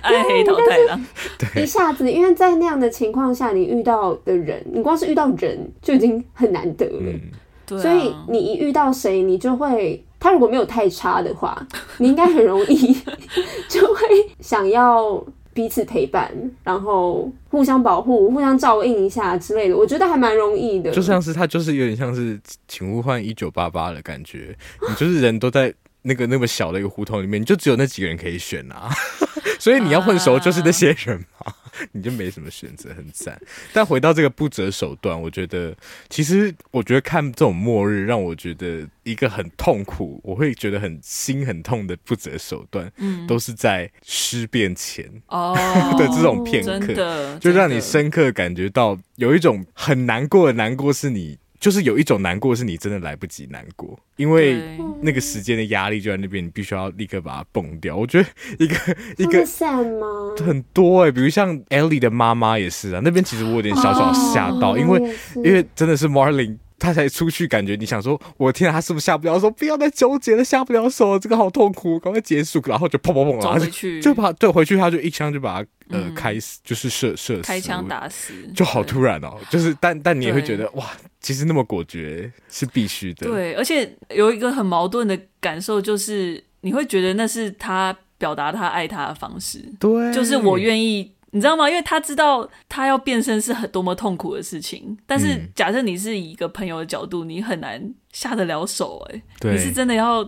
[SPEAKER 2] 暗哎黑淘汰狼，
[SPEAKER 4] 一下子，因为在那样的情况下，你遇到的人，你光是遇到人就已经很难得了，
[SPEAKER 3] 嗯，
[SPEAKER 2] 对啊，
[SPEAKER 4] 所以你一遇到谁，你就会。他如果没有太差的 话，你应该很容易 就会想要彼此陪伴，然后互相保护、互相照应一下之类的。我觉得还蛮容易的，
[SPEAKER 3] 就像是他就是有点像是请勿换一九八八的感觉，你就是人都在那个那么小的一个胡同里面，你就只有那几个人可以选啊， 所以你要混
[SPEAKER 2] 啊
[SPEAKER 3] 熟就是那些人嘛， 你就没什么选择，很赞。但回到这个不择手段，我觉得其实我觉得看这种末日让我觉得一个很痛苦，我会觉得很心很痛的不择手段，嗯，都是在尸变前
[SPEAKER 2] 哦
[SPEAKER 3] 的这种片刻，
[SPEAKER 2] 真的
[SPEAKER 3] 就让
[SPEAKER 2] 真
[SPEAKER 3] 你
[SPEAKER 2] 的
[SPEAKER 3] 深刻感觉到有一种很难过的难过，是你就是有一种难过，是你真的来不及难过，因为
[SPEAKER 2] 对
[SPEAKER 3] 那个时间的压力就在那边，你必须要立刻把它蹦掉。我觉得一个一
[SPEAKER 4] 那
[SPEAKER 3] 个
[SPEAKER 4] 个 Sam 吗？
[SPEAKER 3] 很多哎、比如像 Ellie 的妈妈也是啊，那边其实我有点小小吓到，
[SPEAKER 4] 哦
[SPEAKER 3] 因为呃
[SPEAKER 4] 我也是
[SPEAKER 3] 因为真的是 Marlin 他才出去，感觉你想说，我天、啊，他是不是下不了手？不要再纠结了，下不了手，这个好痛苦，赶快结束。然后就砰砰砰，
[SPEAKER 2] 走
[SPEAKER 3] 然后
[SPEAKER 2] 回
[SPEAKER 3] 就
[SPEAKER 2] 去
[SPEAKER 3] 就把对回去，他就一枪就把他呃开死，就是射射死，
[SPEAKER 2] 开枪
[SPEAKER 3] 我
[SPEAKER 2] 打死，
[SPEAKER 3] 就好突然哦，就是但但你也会
[SPEAKER 2] 对
[SPEAKER 3] 觉得哇，其实那么果决是必须的，
[SPEAKER 2] 对，而且有一个很矛盾的感受，就是你会觉得那是他表达他爱他的方式，
[SPEAKER 3] 对
[SPEAKER 2] 就是我愿意，你知道吗？因为他知道他要变身是很多么痛苦的事情，但是
[SPEAKER 3] 嗯
[SPEAKER 2] 假设你是以一个朋友的角度，你很难下得了手、欸，
[SPEAKER 3] 对
[SPEAKER 2] 你是真的要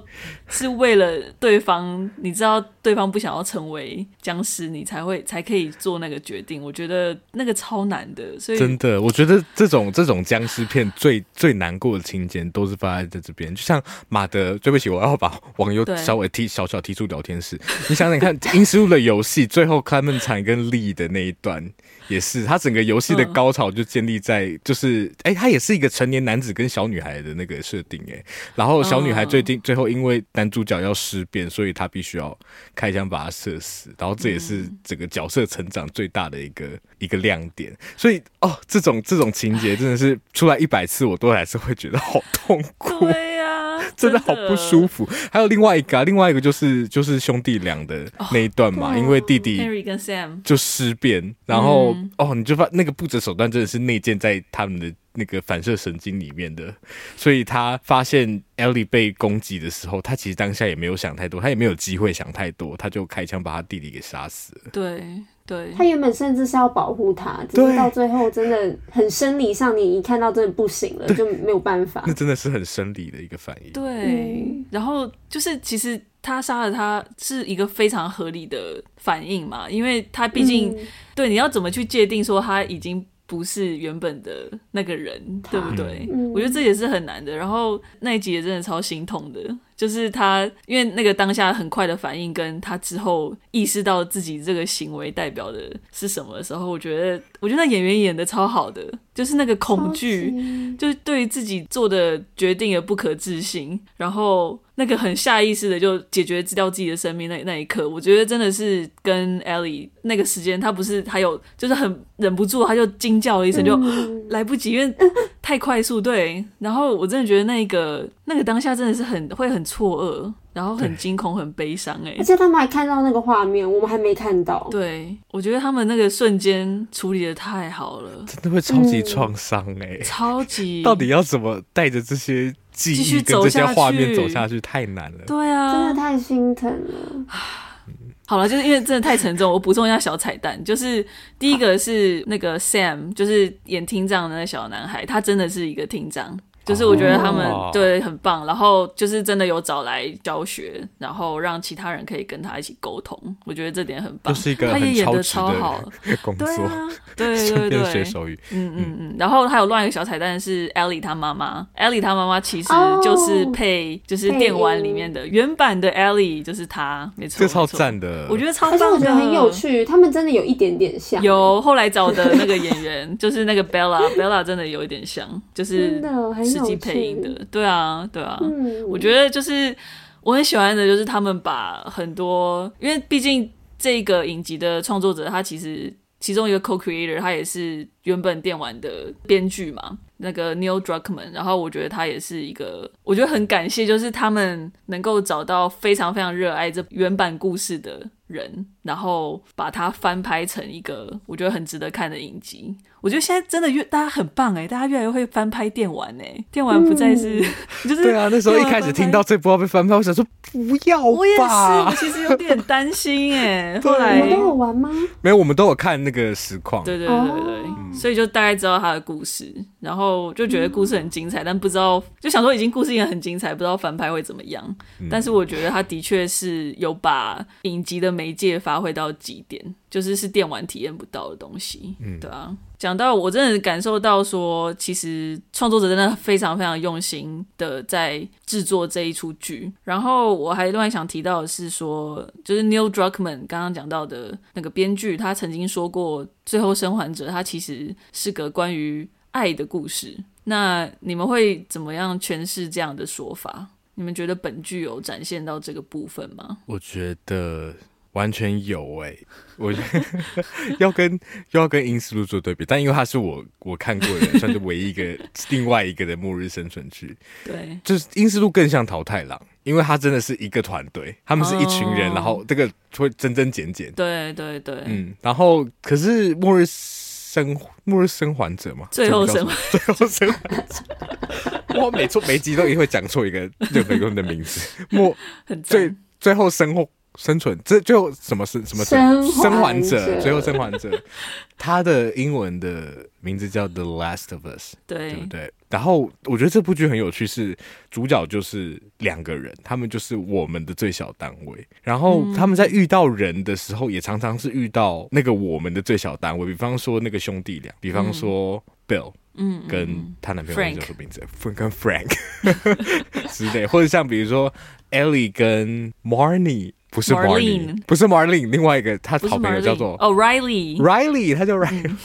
[SPEAKER 2] 是为了对方，你知道对方不想要成为僵尸，你才会才可以做那个决定。我觉得那个超难的，所以
[SPEAKER 3] 真的，我觉得这种这种僵尸片最最难过的情节都是发生在这边。就像马德，对不起，我要把网友
[SPEAKER 2] 对
[SPEAKER 3] 稍微踢小小踢出聊天室。你想想看，《阴尸路的游戏》最后开门惨跟利的那一段也是，他整个游戏的
[SPEAKER 2] 嗯
[SPEAKER 3] 高潮就建立在就是，哎、他也是一个成年男子跟小女孩的那个设定，哎，然后小女
[SPEAKER 2] 嗯
[SPEAKER 3] 孩最近、最后因为男主角要尸变，所以她必须要开枪把他射死，然后这也是
[SPEAKER 2] 嗯
[SPEAKER 3] 整个角色成长最大的一个、一个亮点。所以哦，这种这种情节真的是出来一百次，我都还是会觉得好痛苦，
[SPEAKER 2] 对啊呀、
[SPEAKER 3] 真的好不舒服。还有另外一个、啊，另外一个就是就是兄弟俩的那一段嘛，
[SPEAKER 2] 对啊
[SPEAKER 3] 因为弟弟
[SPEAKER 2] Henry 跟 Sam，
[SPEAKER 3] 就尸变，然后、
[SPEAKER 2] 嗯
[SPEAKER 3] 哦，你就发那个不择手段真的是内建在他们的那个反射神经里面的，所以他发现 Ellie 被攻击的时候，他其实当下也没有想太多，他也没有机会想太多，他就开枪把他弟弟给杀死了。
[SPEAKER 2] 对对，
[SPEAKER 4] 他原本甚至是要保护他，只
[SPEAKER 3] 对
[SPEAKER 4] 是到最后真的很生理上，你一看到真的不行了，就没有办法
[SPEAKER 3] 那。真的是很生理的一个反应。
[SPEAKER 2] 啊对，然后就是其实他杀了他是一个非常合理的反应嘛，因为他毕竟、
[SPEAKER 4] 嗯
[SPEAKER 2] 对你要怎么去界定说他已经不是原本的那个人，对不对？
[SPEAKER 4] 嗯
[SPEAKER 2] 我觉得这也是很难的。然后那一集也真的超心痛的，就是他因为那个当下很快的反应，跟他之后意识到自己这个行为代表的是什么的时候，我觉得我觉得那演员演的超好的，就是那个恐惧。就是对于自己做的决定的不可置信，然后那个很下意识的就解决掉自己的生命那那一刻，我觉得真的是跟 Ellie 那个时间，她不是还有就是很忍不住，她就惊叫了一声，就、
[SPEAKER 4] 嗯
[SPEAKER 2] 来不及，因为太快速。对，然后我真的觉得那个那个当下真的是很会很错愕，然后很惊恐、很悲伤、欸。
[SPEAKER 4] 而且他们还看到那个画面，我们还没看到。
[SPEAKER 2] 对，我觉得他们那个瞬间处理的太好了，
[SPEAKER 3] 真的会超级创伤哎！
[SPEAKER 2] 超级
[SPEAKER 3] 到底要怎么带着这些记
[SPEAKER 2] 继续
[SPEAKER 3] 忆跟
[SPEAKER 2] 走
[SPEAKER 3] 这些
[SPEAKER 2] 下
[SPEAKER 3] 画面
[SPEAKER 2] 去
[SPEAKER 3] 走下去？太难了。
[SPEAKER 2] 对啊，
[SPEAKER 4] 真的太心疼了。
[SPEAKER 2] 好了，就是因为真的太沉重，我 补充一下小彩蛋，就是第一个是那个 Sam，就是演厅长的那个小男孩，他真的是一个厅长，就是我觉得他们、
[SPEAKER 3] 哦
[SPEAKER 2] 对很棒，然后就是真的有找来教学，然后让其他人可以跟他一起沟通，我觉得这点很棒，
[SPEAKER 3] 又是一个
[SPEAKER 2] 啊他也
[SPEAKER 3] 很
[SPEAKER 2] 演
[SPEAKER 3] 超
[SPEAKER 2] 的
[SPEAKER 3] 值
[SPEAKER 2] 超好，
[SPEAKER 3] 的工作
[SPEAKER 2] 对，啊， 对对
[SPEAKER 3] 顺便
[SPEAKER 2] 对
[SPEAKER 3] 学手语。
[SPEAKER 2] 嗯嗯嗯，然后还有乱一个小彩蛋是 Ellie 她妈妈，Ellie 她妈妈其实就是
[SPEAKER 4] 哦
[SPEAKER 2] 配就是
[SPEAKER 4] 配
[SPEAKER 2] 电玩里
[SPEAKER 4] 音
[SPEAKER 2] 面的原版的 Ellie 就是她，没错，
[SPEAKER 3] 这超
[SPEAKER 2] 没错
[SPEAKER 3] 赞的，
[SPEAKER 2] 我觉得超
[SPEAKER 4] 而且
[SPEAKER 2] 棒的，
[SPEAKER 4] 我觉得很有。趣，
[SPEAKER 3] 啊
[SPEAKER 4] 他们真的有一点点像。
[SPEAKER 2] 有后来找的那个演员， 就是那个 Bella，Bella 真的有一点像，就是
[SPEAKER 4] 真的很有
[SPEAKER 2] 实际配音的。对啊，对啊，
[SPEAKER 4] 嗯，
[SPEAKER 2] 我觉得就是我很喜欢的，就是他们把很多，因为毕竟这个影集的创作者，他其实其中一个 co-creator，他也是原本电玩的编剧嘛，那个 Neil Druckmann。然后我觉得他也是一个，我觉得很感谢，就是他们能够找到非常非常热爱这原版故事的人，然后把它翻拍成一个我觉得很值得看的影集。我觉得现在真的越大家很棒哎，大家越来越会翻拍电玩哎，电玩不再是、就是
[SPEAKER 3] 对啊，那时候一开始听到这波要被翻拍，我想说不要
[SPEAKER 2] 我也是，我
[SPEAKER 3] 吧。
[SPEAKER 2] 其实有点担心 哎。后
[SPEAKER 4] 你
[SPEAKER 2] 来，
[SPEAKER 4] 们都有玩吗？
[SPEAKER 3] 没有，我们都有看那个实况。
[SPEAKER 2] 对对对对对，所以就大概知道他的故事，然后就觉得故事很精彩，但不知道就想说已经故事已经很精彩，不知道翻拍会怎么样。
[SPEAKER 3] 嗯
[SPEAKER 2] 但是我觉得他的确是有把影集的媒介发挥到极点，就是是电玩体验不到的东西。嗯，对啊。讲到我真的感受到说，其实创作者真的非常非常用心的在制作这一出剧。然后我还另外想提到的是说，就是 Neil Druckmann 刚刚讲到的那个编剧，他曾经说过，《最后生还者》它其实是个关于爱的故事。那你们会怎么样诠释这样的说法？你们觉得本剧有展现到这个部分吗？
[SPEAKER 3] 我觉得，完全有哎、我觉得 要跟要跟《英斯路》做对比，但因为它是我我看过的，算是唯一一个另外一个的末日生存剧，
[SPEAKER 2] 对，
[SPEAKER 3] 就是《英斯路》更像淘汰郎，因为它真的是一个团队，他们是一群人，
[SPEAKER 2] 哦
[SPEAKER 3] 然后这个会增增减减，
[SPEAKER 2] 对，对，对，
[SPEAKER 3] 嗯，然后可是末日生末日生还者嘛，
[SPEAKER 2] 最后
[SPEAKER 3] 这
[SPEAKER 2] 生
[SPEAKER 3] 个叫什么最后生还者，我每错每集都一定会讲错一个任何一个人的名字，末
[SPEAKER 2] 很赞
[SPEAKER 3] 最最后生活生存，这最后什么生什么
[SPEAKER 4] 生还者
[SPEAKER 3] 生还者，最后生还者，他的英文的名字叫《The Last of Us》，对
[SPEAKER 2] 对，
[SPEAKER 3] 不对？然后我觉得这部剧很有趣是，主角就是两个人，他们就是我们的最小单位。然后他
[SPEAKER 2] 嗯
[SPEAKER 3] 们在遇到人的时候，也常常是遇到那个我们的最小单位，比方说那个兄弟俩，比方说 Bill。
[SPEAKER 2] 嗯，嗯
[SPEAKER 3] 跟
[SPEAKER 2] 嗯
[SPEAKER 3] 她男朋友
[SPEAKER 2] Frank
[SPEAKER 3] 叫什么名字？Frank 跟 Frank 之类，或者像比如说 Ellie 跟 Marnie，不是
[SPEAKER 2] Marlene
[SPEAKER 3] Marnie，不是 Marlene，另外一个她
[SPEAKER 2] 不是
[SPEAKER 3] 好朋友叫
[SPEAKER 2] Marlene
[SPEAKER 3] 做
[SPEAKER 2] 哦嗯 Riley，
[SPEAKER 3] Riley，她叫 Riley，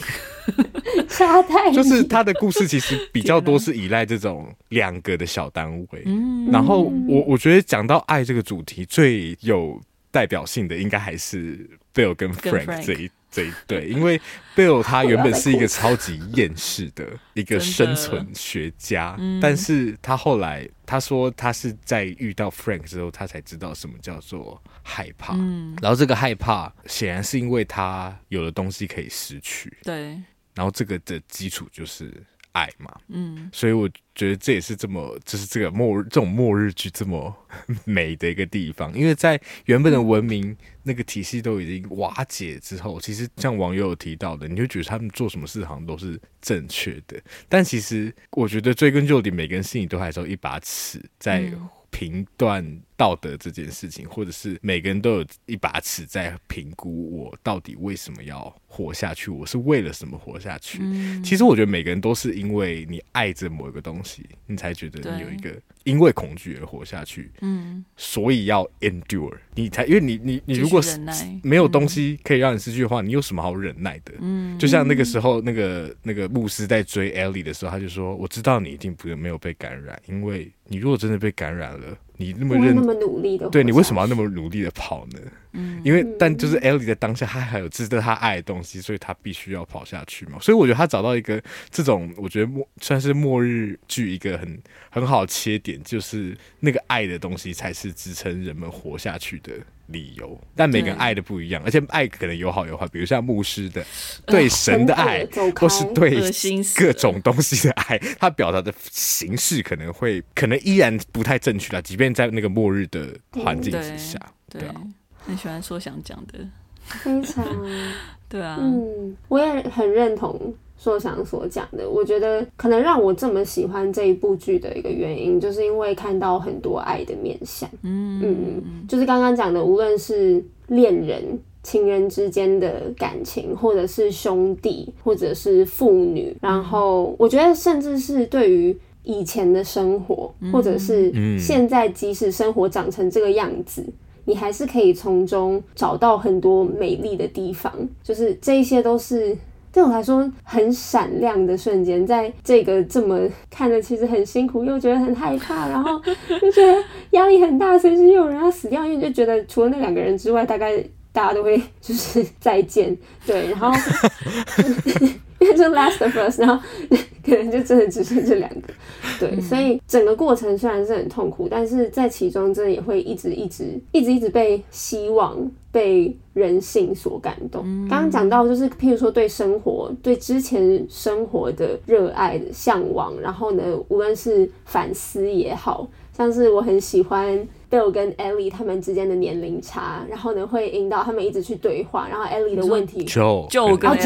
[SPEAKER 4] 沙袋
[SPEAKER 3] 就是她的故事其实比较多是依赖这种两个的小单位。
[SPEAKER 2] 嗯
[SPEAKER 3] 然后我我觉得讲到爱这个主题最有代表性的，应该还是 Bill 跟
[SPEAKER 2] 跟
[SPEAKER 3] Frank
[SPEAKER 2] Frank
[SPEAKER 3] 这一。这一对，因为 Bill 他原本是一个超级厌世的一个
[SPEAKER 2] 真的
[SPEAKER 3] 生存学家，
[SPEAKER 2] 嗯
[SPEAKER 3] 但是他后来他说他是在遇到 Frank 之后，他才知道什么叫做害怕。
[SPEAKER 2] 嗯
[SPEAKER 3] 然后这个害怕显然是因为他有的东西可以失去，
[SPEAKER 2] 对，
[SPEAKER 3] 然后这个的基础就是爱嘛。
[SPEAKER 2] 嗯，
[SPEAKER 3] 所以我觉得这也是这么，就是这个末日这种末日剧这么 美的一个地方，因为在原本的文明那个体系都已经瓦解之后，其实像网友有提到的，你就觉得他们做什么事好像都是正确的，但其实我觉得追根究底，每个人心里都还是有一把尺在。评断道德这件事情，或者是每个人都有一把尺在评估我到底为什么要活下去，我是为了什么活下去。其实我觉得每个人都是因为你爱着某一个东西，你才觉得你有一个因为恐惧而活下去，
[SPEAKER 2] 嗯，
[SPEAKER 3] 所以要 endure，你才因为你你你如果
[SPEAKER 2] 继续忍耐嗯
[SPEAKER 3] 没有东西可以让你失去的话，你有什么好忍耐的？嗯，就像那个时候那个那个牧师在追 Ellie 的时候，他就说：“我知道你一定不没有被感染，因为你如果真的被感染了，你那么
[SPEAKER 4] 不会
[SPEAKER 3] 认
[SPEAKER 4] 那么努力的，
[SPEAKER 3] 对你为什么要那么努力的跑呢？
[SPEAKER 2] 嗯
[SPEAKER 3] 因为但就是 Ellie 在当下，她还有值得她爱的东西，所以她必须要跑下去嘛。所以我觉得她找到一个这种，我觉得末算是末日剧一个很很好的切点，就是那个爱的东西才是支撑人们活下去的。理由，但每个人
[SPEAKER 2] 对
[SPEAKER 3] 爱的不一样，而且爱可能有好有坏，比如像牧师的
[SPEAKER 2] 啊
[SPEAKER 3] 对神的
[SPEAKER 4] 真的
[SPEAKER 3] 爱
[SPEAKER 4] 走，
[SPEAKER 3] 或是
[SPEAKER 4] 开
[SPEAKER 3] 对
[SPEAKER 2] 恶心死
[SPEAKER 3] 各
[SPEAKER 2] 了
[SPEAKER 3] 种东西的爱，他表达的形式可能会，可能依然不太正确啦，即便在那个末日的环境之下，
[SPEAKER 2] 嗯
[SPEAKER 3] 对
[SPEAKER 2] 对
[SPEAKER 3] 啊，，
[SPEAKER 2] 很喜欢说想讲的，
[SPEAKER 4] 非常？
[SPEAKER 2] 对啊，
[SPEAKER 4] 嗯，我也很认同硕翔所讲的。我觉得可能让我这么喜欢这一部剧的一个原因，就是因为看到很多爱的面相。嗯嗯，就是刚刚讲的，无论是恋人。情人之间的感情，或者是兄弟，或者是父女，然后我觉得甚至是对于以前的生活，或者是
[SPEAKER 3] 嗯
[SPEAKER 4] 现在即使生活长成这个样子，你还是可以从中找到很多美丽的地方，就是这一些都是对我来说很闪亮的瞬间，在这个这么看着其实很辛苦，又觉得很害怕，然后就觉得压力很大，随时又有人要死掉，因为就觉得除了那两个人之外，大概大家都会 就是再见，对，然后因为就 last of us，然后 可能就真的只剩这两个，对，所以整个过程虽然是很痛苦，但是在其中真的也会一直一直一直一直被希望、被人性所感动。刚刚讲到就是，譬如说对生活、对之前生活的热爱、向往，然后呢，无论是反思也好，像是我很喜欢 Bill 跟 Ellie 他们之间的年龄差，然后呢会引导他们一直去对话，然后 Ellie 的问题
[SPEAKER 3] 就
[SPEAKER 2] 就跟
[SPEAKER 4] 哦
[SPEAKER 2] Ellie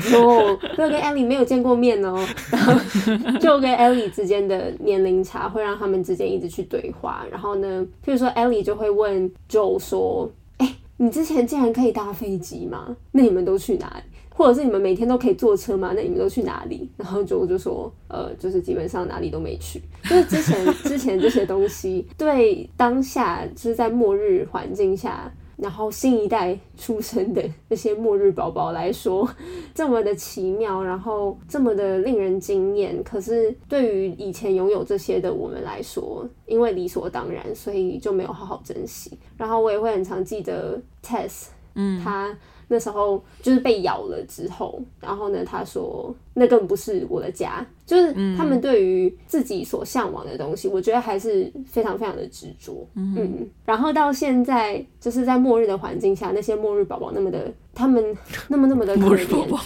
[SPEAKER 4] ，Joe，有 Bill 跟 Ellie 没有见过面哦。 然后 Joe 跟 Ellie 之间的年龄差会让他们之间一直去对话。然后呢，譬如说 Ellie 就会问 Joe 说：“哎、你之前竟然可以搭飞机吗？那你们都去哪里？”或者是你们每天都可以坐车吗？那你们都去哪里？然后 Joe 就说，呃，就是基本上哪里都没去， 就是之前之前这些东西，对当下就是在末日环境下然后新一代出生的那些末日宝宝来说，这么的奇妙，然后这么的令人惊艳。可是对于以前拥有这些的我们来说，因为理所当然，所以就没有好好珍惜。然后我也会很常记得 Tess，嗯，他那时候就是被咬了之后，然后呢，他说那根本不是我的家，就是
[SPEAKER 2] 嗯
[SPEAKER 4] 他们对于自己所向往的东西，我觉得还是非常非常的执着。嗯，然后到现在就是在末日的环境下，那些末日宝宝那么的，他们那么那么的可
[SPEAKER 2] 末日宝
[SPEAKER 4] 怜，
[SPEAKER 2] 宝，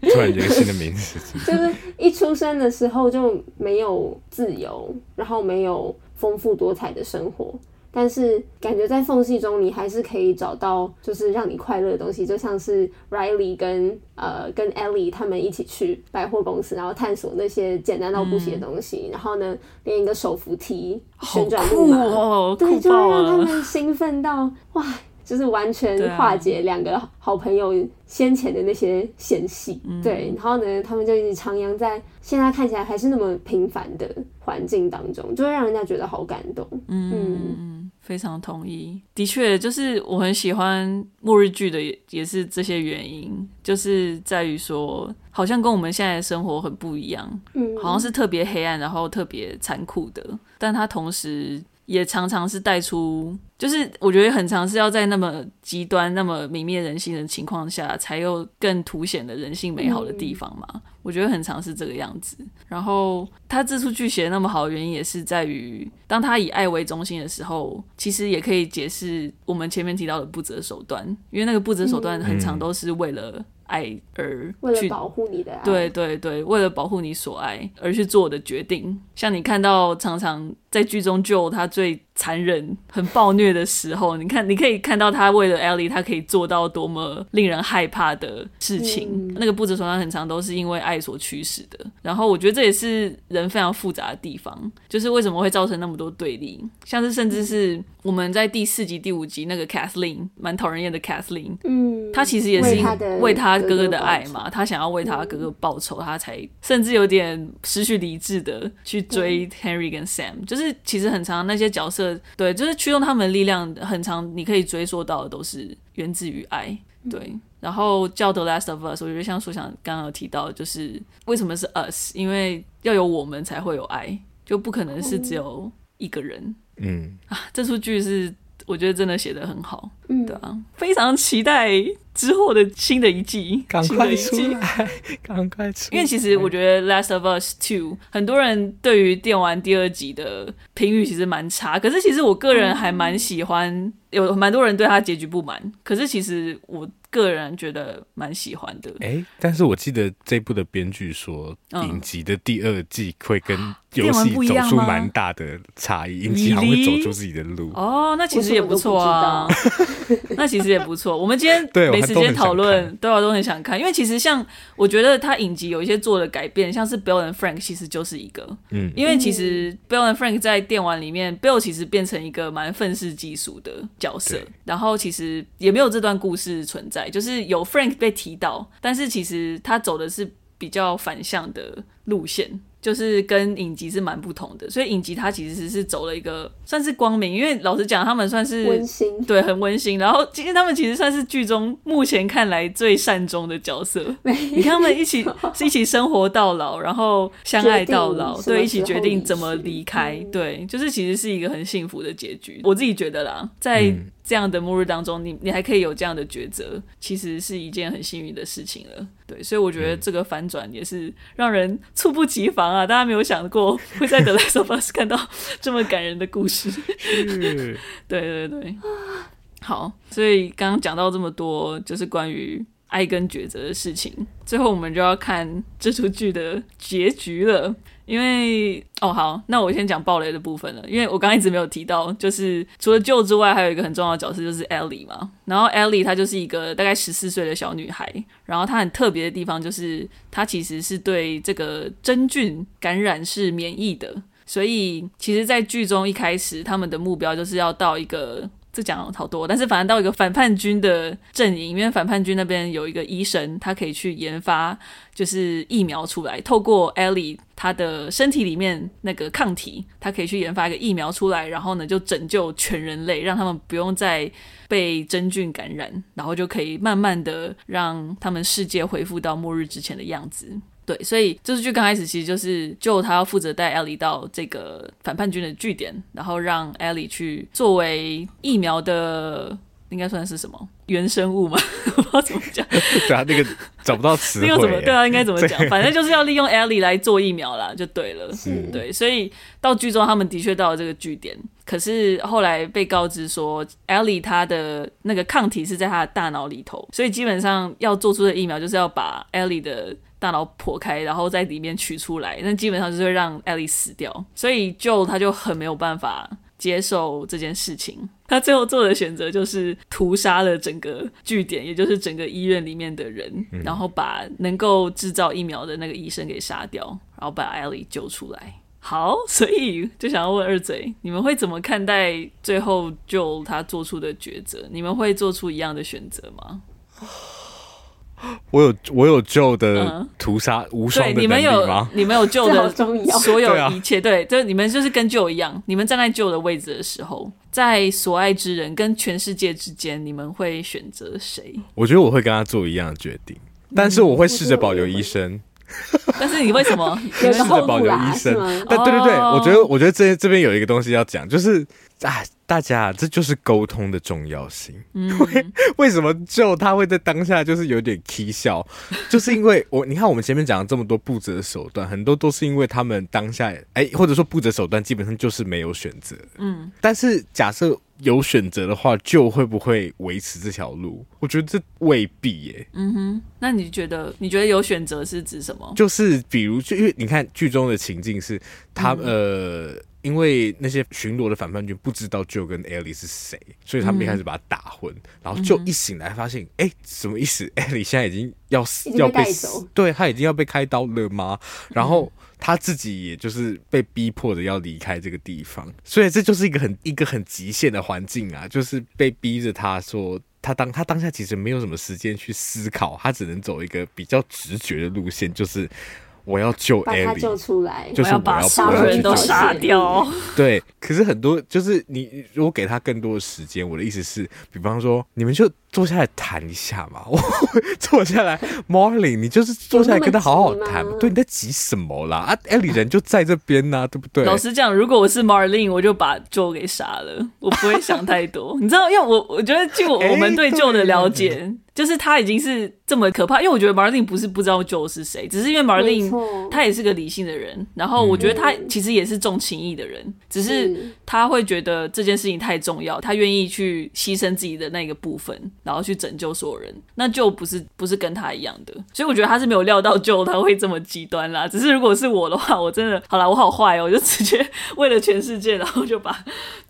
[SPEAKER 3] 突然间新的名词，
[SPEAKER 4] 就是一出生的时候就没有自由，然后没有丰富多彩的生活。但是感觉在缝隙中，你还是可以找到就是让你快乐的东西，就像是 Riley 跟呃跟 Ellie 他们一起去百货公司，然后探索那些简单到不行的东西，然后呢，连一个手扶梯
[SPEAKER 2] 好
[SPEAKER 4] 旋转木
[SPEAKER 2] 酷
[SPEAKER 4] 马，
[SPEAKER 2] 哦，
[SPEAKER 4] 对，
[SPEAKER 2] 酷
[SPEAKER 4] 就
[SPEAKER 2] 爆
[SPEAKER 4] 会让他
[SPEAKER 2] 了！
[SPEAKER 4] 们兴奋到哇，就是完
[SPEAKER 2] 对
[SPEAKER 4] 全
[SPEAKER 2] 啊
[SPEAKER 4] 化解两个好朋友先前的那些嫌隙。
[SPEAKER 2] 嗯
[SPEAKER 4] 对，然后呢，他们就一直徜徉在现在看起来还是那么平凡的环境当中，就会让人家觉得好感动。嗯
[SPEAKER 2] 嗯，非常同意。的确，就是我很喜欢末日剧的也，也是这些原因，就是在于说，好像跟我们现在的生活很不一样，
[SPEAKER 4] 嗯，
[SPEAKER 2] 好像是特别黑暗，然后特别残酷的，但它同时也常常是带出，就是我觉得很常是要在那么极端、那么泯灭人性的情况下，才有更凸显的人性美好的地方嘛。嗯我觉得很常是这个样子。然后他这出剧写得那么好的原因，也是在于当他以爱为中心的时候，其实也可以解释我们前面提到的不择手段，因为那个不择手段很常都是为了爱而
[SPEAKER 4] 为了
[SPEAKER 2] 去
[SPEAKER 4] 保护你的爱，
[SPEAKER 2] 对，对对，为了保护你所爱而去做的决定。像你看到常常在剧中救他最残忍、很暴虐的时候，你看你可以看到他为了 Ellie，他可以做到多么令人害怕的事情。
[SPEAKER 4] 嗯
[SPEAKER 2] 那个不择手段很长都是因为爱所驱使的。然后我觉得这也是人非常复杂的地方，就是为什么会造成那么多对立，像是甚至是我们在第四集、第五集那个 Kathleen 蛮讨人厌的 Kathleen，
[SPEAKER 4] 嗯，
[SPEAKER 2] 他其实也是
[SPEAKER 4] 为
[SPEAKER 2] 因
[SPEAKER 4] 他的
[SPEAKER 2] 为他哥
[SPEAKER 4] 哥
[SPEAKER 2] 哥
[SPEAKER 4] 哥
[SPEAKER 2] 的
[SPEAKER 4] 报
[SPEAKER 2] 爱
[SPEAKER 4] 仇
[SPEAKER 2] 嘛，他想要为他哥哥报仇，他才甚至有点失去理智的去
[SPEAKER 4] 嗯
[SPEAKER 2] 追 Henry 跟 Sam。就是其实很常那些角色，对，就是驱动他们的力量，很常你可以追溯到的都是源自于爱，
[SPEAKER 4] 嗯
[SPEAKER 2] 对。然后叫 The Last of Us，我觉得像说想刚刚有提到，就是为什么是 us，因为要有我们才会有爱，就不可能
[SPEAKER 4] 哦
[SPEAKER 2] 是只有一个人。
[SPEAKER 3] 嗯，
[SPEAKER 2] 这出剧是我觉得真的写得很好。
[SPEAKER 4] 嗯
[SPEAKER 2] 对啊，非常期待之后的新的一季，
[SPEAKER 3] 赶
[SPEAKER 2] 新的
[SPEAKER 3] 快
[SPEAKER 2] 一
[SPEAKER 3] 出
[SPEAKER 2] 季。
[SPEAKER 3] 来，赶快出来，
[SPEAKER 2] 因为其实我觉得《Last of Us Two》很多人对于电玩第二集的评语其实蛮差，可是其实我个人还蛮喜欢，有蛮多人对他结局不满，可是其实我个人觉得蛮喜欢的。
[SPEAKER 3] 哎、但是我记得这部的编剧说，
[SPEAKER 2] 嗯
[SPEAKER 3] 影集的第二季会跟游
[SPEAKER 2] 电玩
[SPEAKER 3] 戏
[SPEAKER 2] 不一
[SPEAKER 3] 走
[SPEAKER 2] 样
[SPEAKER 3] 出
[SPEAKER 2] 吗
[SPEAKER 3] 蛮大的差异，影集好像会
[SPEAKER 2] Really？
[SPEAKER 3] 走出自己的路。
[SPEAKER 2] 哦，那其实也不错啊，那其实也不错。我们今天
[SPEAKER 3] 对我
[SPEAKER 2] 没
[SPEAKER 3] 还
[SPEAKER 2] 时
[SPEAKER 3] 都
[SPEAKER 2] 间
[SPEAKER 3] 很想
[SPEAKER 2] 讨论
[SPEAKER 3] 看，
[SPEAKER 2] 对啊，都很想看，因为其实像我觉得他影集有一些做的改变，像是 Bill and Frank 其实就是一个，
[SPEAKER 3] 嗯，
[SPEAKER 2] 因为其实 Bill and Frank 在电玩里面，Bill 其实变成一个蛮愤世嫉俗的角色
[SPEAKER 3] 对，
[SPEAKER 2] 然后其实也没有这段故事存在，就是有 Frank 被提到，但是其实他走的是比较反向的路线。就是跟影集是蛮不同的，所以影集它其实是走了一个算是光明，因为老实讲，他们算是
[SPEAKER 4] 温馨，
[SPEAKER 2] 对，很温馨。然后其实他们其实算是剧中目前看来最善终的角色。 你看他们一 起是一起生活到老，然后相爱到老，
[SPEAKER 4] 决定什么
[SPEAKER 2] 对，一起
[SPEAKER 4] 时候
[SPEAKER 2] 决定
[SPEAKER 4] 离
[SPEAKER 2] 怎么
[SPEAKER 4] 去
[SPEAKER 2] 离开，
[SPEAKER 4] 嗯
[SPEAKER 2] 对，就是其实是一个很幸福的结局。我自己觉得啦，在
[SPEAKER 3] 嗯
[SPEAKER 2] 这样的末日当中，你你还可以有这样的抉择，其实是一件很幸运的事情了。对，所以我觉得这个反转也是让人猝不及防啊！大家没有想过 会在《The Last of Us》看到这么感人的故事。
[SPEAKER 3] 是
[SPEAKER 2] 对对对，好，所以刚刚讲到这么多，就是关于爱跟抉择的事情。最后我们就要看这出剧的结局了，因为哦好，那我先讲暴雷的部分了，因为我刚刚一直没有提到，就是除了舅之外，还有一个很重要的角色就是 Ellie 嘛。然后 Ellie 她就是一个大概十四岁的小女孩，然后她很特别的地方就是她其实是对这个真菌感染是免疫的，所以其实，在剧中一开始，他们的目标就是要到一个这讲好多，但是反正到一个反叛军的阵营，因为反叛军那边有一个医生，他可以去研发就是疫苗出来，透过 Ellie 她的身体里面那个抗体，他可以去研发一个疫苗出来，然后呢就拯救全人类，让他们不用再被真菌感染，然后就可以慢慢的让他们世界恢复到末日之前的样子。对，所以这是剧刚开始其实就是就他要负责带艾莉到这个反叛军的据点，然后让艾莉去作为疫苗的。应该算是什么原生 物嘛？不知道怎么讲，
[SPEAKER 3] 对啊，那个找不到词汇
[SPEAKER 2] 那
[SPEAKER 3] 耶。
[SPEAKER 2] 个怎么对啊？应该怎么讲？反正就是要利用艾莉来做疫苗啦，就对了。
[SPEAKER 4] 是
[SPEAKER 2] 对，所以到剧中他们的确到了这个据点，可是后来被告知说，Ellie 她的那个抗体是在她的大脑里头，所以基本上要做出的疫苗就是要把 Ellie 的大脑破开，然后在里面取出来，那基本上就是会让 Ellie 死掉，所以就他就很没有办法接受这件事情。他最后做的选择就是屠杀了整个据点，也就是整个医院里面的人，然后把能够制造疫苗的那个医生给杀掉，然后把艾莉救出来。好，所以就想要问二嘴，你们会怎么看待最后就他做出的抉择？你们会做出一样的选择吗？
[SPEAKER 3] 我有我有救的
[SPEAKER 2] 嗯
[SPEAKER 3] 屠杀无
[SPEAKER 2] 对，
[SPEAKER 3] 双的
[SPEAKER 2] 你们
[SPEAKER 3] 能力
[SPEAKER 2] 有
[SPEAKER 3] 吗？
[SPEAKER 2] 你们有救
[SPEAKER 4] 这好
[SPEAKER 2] 的
[SPEAKER 4] 重要
[SPEAKER 2] 所有
[SPEAKER 3] 对啊
[SPEAKER 2] 一切，对，就是你们就是跟旧一样，你们站在旧的位置的时候，在所爱之人跟全世界之间，你们会选择谁？
[SPEAKER 3] 我觉得我会跟他做一样的决定，但是我会试着保留医生。
[SPEAKER 2] 但是你为什么？你为什
[SPEAKER 4] 有个
[SPEAKER 3] 是
[SPEAKER 2] 么
[SPEAKER 4] 后
[SPEAKER 3] 的
[SPEAKER 4] 路
[SPEAKER 3] 保留
[SPEAKER 4] 啦，
[SPEAKER 3] 医
[SPEAKER 4] 是
[SPEAKER 3] 生
[SPEAKER 4] 吗？。
[SPEAKER 3] 但对对对，
[SPEAKER 2] 哦
[SPEAKER 3] 我觉得我觉得这这边有一个东西要讲，就是啊，大家这就是沟通的重要性。 为为什么就他会在当下就是有点啼笑， 就是因为我你看我们前面讲了这么多不择手段，很多都是因为他们当下哎、或者说不择手段，基本上就是没有选择。嗯，但是假设。有选择的话，就会不会维持这条路？我觉得这未必耶、
[SPEAKER 2] 那你觉得？你觉得有选择是指什
[SPEAKER 4] 哦
[SPEAKER 2] 么？
[SPEAKER 3] 就是比如，就因为你看剧中的情境是他、
[SPEAKER 4] 嗯
[SPEAKER 3] 呃，因为那些巡逻的反叛军不知道 Joe 跟 Ellie 是谁，所以他们一开始把他打昏，然后
[SPEAKER 4] 嗯
[SPEAKER 3] 就一醒来发现，哎、什么意思？Ellie 现在已经要死
[SPEAKER 4] 已经被
[SPEAKER 3] 要被
[SPEAKER 4] 带
[SPEAKER 3] 死
[SPEAKER 4] 走
[SPEAKER 3] 对他已经要被开刀了吗？
[SPEAKER 4] 嗯
[SPEAKER 3] 然后。他自己也就是被逼迫的要离开这个地方，所以这就是一个很一个很极限的环境啊，就是被逼着他说他当他当下其实没有什么时间去思考，他只能走一个比较直觉的路线，就是我要救
[SPEAKER 4] 把他救
[SPEAKER 3] Ellie，
[SPEAKER 4] 出来，
[SPEAKER 3] 就是
[SPEAKER 2] 要
[SPEAKER 3] 我
[SPEAKER 2] 把
[SPEAKER 3] 要
[SPEAKER 2] 所
[SPEAKER 3] 把
[SPEAKER 2] 有
[SPEAKER 3] 他
[SPEAKER 2] 人
[SPEAKER 3] 去
[SPEAKER 2] 都
[SPEAKER 3] 找
[SPEAKER 2] 杀
[SPEAKER 4] 死
[SPEAKER 2] 掉。
[SPEAKER 3] 对，可是很多就是你如果给他更多的时间，我的意思是，比方说你们就坐下来谈一下嘛， 我坐下来 m o r l y 你就是坐下来跟他好好谈
[SPEAKER 4] 有那么急
[SPEAKER 3] 嘛
[SPEAKER 4] 吗，
[SPEAKER 3] 对，你在急什么啦？啊，艾 e 人就在这边呐、对不对？
[SPEAKER 2] 老实讲，如果我是 Marlene，我就把 Joe 给杀了，我不会想太多。你知道，因为我我觉得据我
[SPEAKER 3] 哎
[SPEAKER 2] 我们对
[SPEAKER 3] 对
[SPEAKER 2] Joe 的了解，就是他已经是这么可怕。因为我觉得 Marlene 不是不知道 Joe 是谁，只是因为
[SPEAKER 4] 没
[SPEAKER 2] Marlene
[SPEAKER 4] 错
[SPEAKER 2] 他也是个理性的人，然
[SPEAKER 3] 嗯
[SPEAKER 2] 后我觉得他其实也是重情义的人，只是
[SPEAKER 4] 是
[SPEAKER 2] 他会觉得这件事情太重要，他愿意去牺牲自己的那个部分，然后去拯救所有人。那 Joe 不是不是跟他一样的，所以我觉得他是没有料到 Joe 他会这么极端啦。只是如果是我的话，我真的好啦，我好坏哦，我就直接为了全世界，然后就把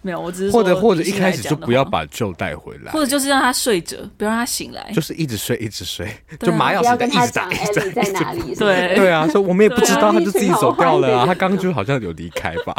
[SPEAKER 2] 没有，我只是说
[SPEAKER 3] 或者或者
[SPEAKER 2] 理
[SPEAKER 3] 一
[SPEAKER 2] 性
[SPEAKER 3] 开
[SPEAKER 2] 来
[SPEAKER 3] 始
[SPEAKER 2] 讲
[SPEAKER 3] 就
[SPEAKER 2] 的
[SPEAKER 3] 不要
[SPEAKER 2] 话，
[SPEAKER 3] 把 Joe 带回来，
[SPEAKER 2] 或者就是让他睡着，不要让他醒来
[SPEAKER 3] 就。是一直睡一直睡，
[SPEAKER 2] 对啊
[SPEAKER 3] 就麻药
[SPEAKER 4] 不
[SPEAKER 3] 是
[SPEAKER 4] 要
[SPEAKER 3] 在一
[SPEAKER 4] 跟他
[SPEAKER 3] 直打
[SPEAKER 4] 讲
[SPEAKER 3] 一直打
[SPEAKER 4] Ellie 在哪里，是不是
[SPEAKER 2] 对
[SPEAKER 3] 对啊，所以我们也不知道，
[SPEAKER 4] 对啊
[SPEAKER 3] 他就自己走掉了啊。
[SPEAKER 4] 一直跑坏
[SPEAKER 3] 他刚刚就好像有离开吧，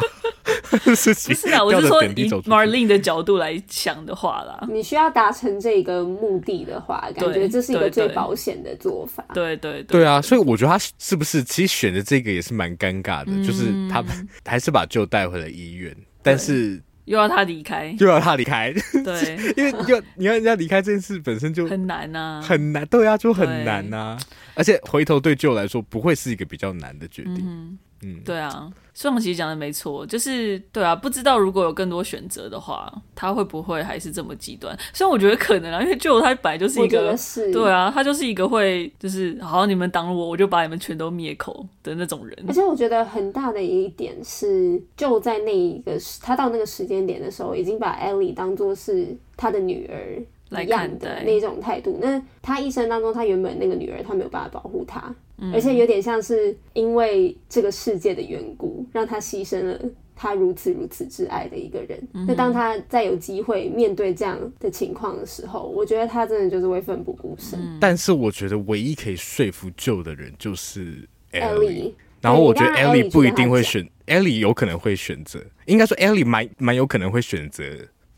[SPEAKER 2] 不
[SPEAKER 3] 事情
[SPEAKER 2] 是啊，我
[SPEAKER 3] 掉
[SPEAKER 2] 是
[SPEAKER 3] 的
[SPEAKER 2] 说
[SPEAKER 3] 点
[SPEAKER 2] 以
[SPEAKER 3] 滴走出去
[SPEAKER 2] Marlene 的角度来想的话啦。
[SPEAKER 4] 你需要达成这个目的的话，感
[SPEAKER 2] 对
[SPEAKER 4] 觉这是一
[SPEAKER 2] 对
[SPEAKER 4] 个最
[SPEAKER 2] 对
[SPEAKER 4] 保险的做法。
[SPEAKER 2] 对对对
[SPEAKER 3] 对啊，所以我觉得他是不是其实选的这个也是蛮尴尬的，
[SPEAKER 2] 嗯
[SPEAKER 3] 就是他们还是把舅带回了医院，但是
[SPEAKER 2] 又要他离开，
[SPEAKER 3] 又要他离开，
[SPEAKER 2] 对，
[SPEAKER 3] 因为你要你要人家离开这件事本身就
[SPEAKER 2] 很难呐、啊。
[SPEAKER 3] 很难，对啊，就很难呐、而且回头对舅来说不会是一个比较难的决
[SPEAKER 2] 嗯
[SPEAKER 3] 定，
[SPEAKER 2] 对啊，宋琪讲的没错，就是对啊，不知道如果有更多选择的话，他会不会还是这么极端？虽然我觉得可能啊，因为就他本来就是一
[SPEAKER 4] 我觉
[SPEAKER 2] 个
[SPEAKER 4] 得，是，
[SPEAKER 2] 对啊，他就是一个会就是好，你们挡我，我就把你们全都灭口的那种人。
[SPEAKER 4] 而且我觉得很大的一点是，就在那一个时他到那个时间点的时候，已经把 Ellie 当做是他的女儿
[SPEAKER 2] 来
[SPEAKER 4] 一样
[SPEAKER 2] 看待
[SPEAKER 4] 的那种态度。那他一生当中，他原本那个女儿，他没有办法保护她，
[SPEAKER 2] 嗯
[SPEAKER 4] 而且有点像是因为这个世界的缘故，让他牺牲了。他如此如此挚爱的一个人，
[SPEAKER 2] 嗯
[SPEAKER 4] 那当他再有机会面对这样的情况的时候，我觉得他真的就是会奋不顾身。
[SPEAKER 2] 嗯
[SPEAKER 3] 但是我觉得唯一可以说服舅的人就是 Ellie。
[SPEAKER 4] Ellie，
[SPEAKER 3] 然后我觉得
[SPEAKER 4] 对你让
[SPEAKER 3] Ellie 不一定会
[SPEAKER 4] Ellie 去
[SPEAKER 3] 选，Ellie 有可能会选择，应该说 Ellie 蛮蛮有可能会选择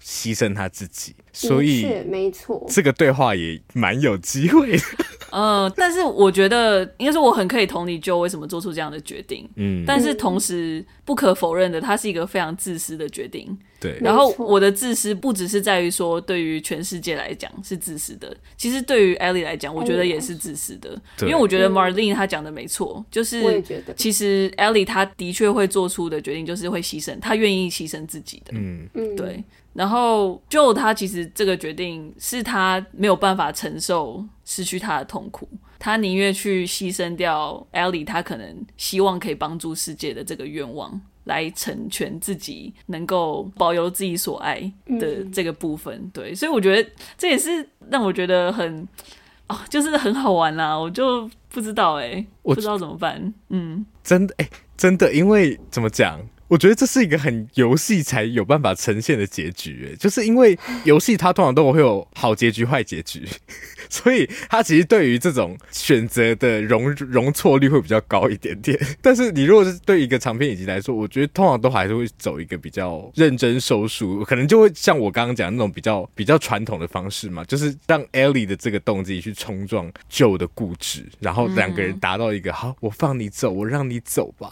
[SPEAKER 3] 牺牲他自己，所
[SPEAKER 4] 的确
[SPEAKER 3] 以
[SPEAKER 4] 没错，
[SPEAKER 3] 这个对话也蛮有机会的。
[SPEAKER 2] 嗯，但是我觉得应该说我很可以同理 Joe 为什么做出这样的决定，
[SPEAKER 3] 嗯，
[SPEAKER 2] 但是同时不可否认的，它是一个非常自私的决定。
[SPEAKER 3] 对，
[SPEAKER 2] 然后
[SPEAKER 4] 没错
[SPEAKER 2] 我的自私不只是在于说对于全世界来讲是自私的，其实对于 Ellie 来讲，我觉得也是自私的，因
[SPEAKER 3] 对
[SPEAKER 2] 为我觉得
[SPEAKER 4] 嗯
[SPEAKER 2] Marlene 她讲的没错，就
[SPEAKER 4] 我也
[SPEAKER 2] 是
[SPEAKER 4] 觉得
[SPEAKER 2] 其实 Ellie 她的确会做出的决定就是会牺牲，她愿意牺牲自己的，
[SPEAKER 3] 嗯，
[SPEAKER 4] 嗯，
[SPEAKER 2] 对。然后就他其实这个决定是他没有办法承受失去他的痛苦，他宁愿去牺牲掉 Ellie，他可能希望可以帮助世界的这个愿望，来成全自己能够保有自己所爱的这个部分。对，所以我觉得这也是让我觉得很。哦，就是很好玩啦，我就不知道哎、
[SPEAKER 3] 我
[SPEAKER 2] 不知道怎么办。嗯，
[SPEAKER 3] 真的，哎、真的，因为怎么讲？我觉得这是一个很游戏才有办法呈现的结局，哎就是因为游戏它通常都会有好结局、坏结局，所以它其实对于这种选择的容容错率会比较高一点 点。但是你如果是对一个长篇影集来说，我觉得通常都还是会走一个比较认真收束，可能就会像我刚刚讲的那种比较比较传统的方式嘛，就是让 Ellie 的这个动机去冲撞旧的固执，然后两个
[SPEAKER 2] 嗯
[SPEAKER 3] 人达到一个、好，我放你走，我让你走吧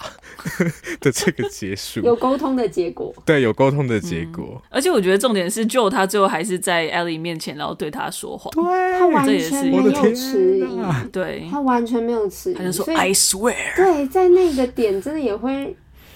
[SPEAKER 3] 的这个结
[SPEAKER 4] 有
[SPEAKER 3] 束。
[SPEAKER 4] 沟通的结 果，
[SPEAKER 3] 对，有沟通的结果。
[SPEAKER 2] 而且我觉得重点是，Joe 他最后还是在 Ellie 面前，然后对他说谎。
[SPEAKER 4] 他
[SPEAKER 2] 哎
[SPEAKER 4] 完
[SPEAKER 2] 这也是一
[SPEAKER 4] 全
[SPEAKER 2] 个
[SPEAKER 4] 没
[SPEAKER 3] 我的
[SPEAKER 4] 有
[SPEAKER 3] 天
[SPEAKER 4] 迟疑，
[SPEAKER 3] 哪
[SPEAKER 2] 对，
[SPEAKER 4] 他完全没有迟疑，
[SPEAKER 2] 他就说
[SPEAKER 4] 所以
[SPEAKER 2] I swear。
[SPEAKER 4] 对，啊在那个点真的也会。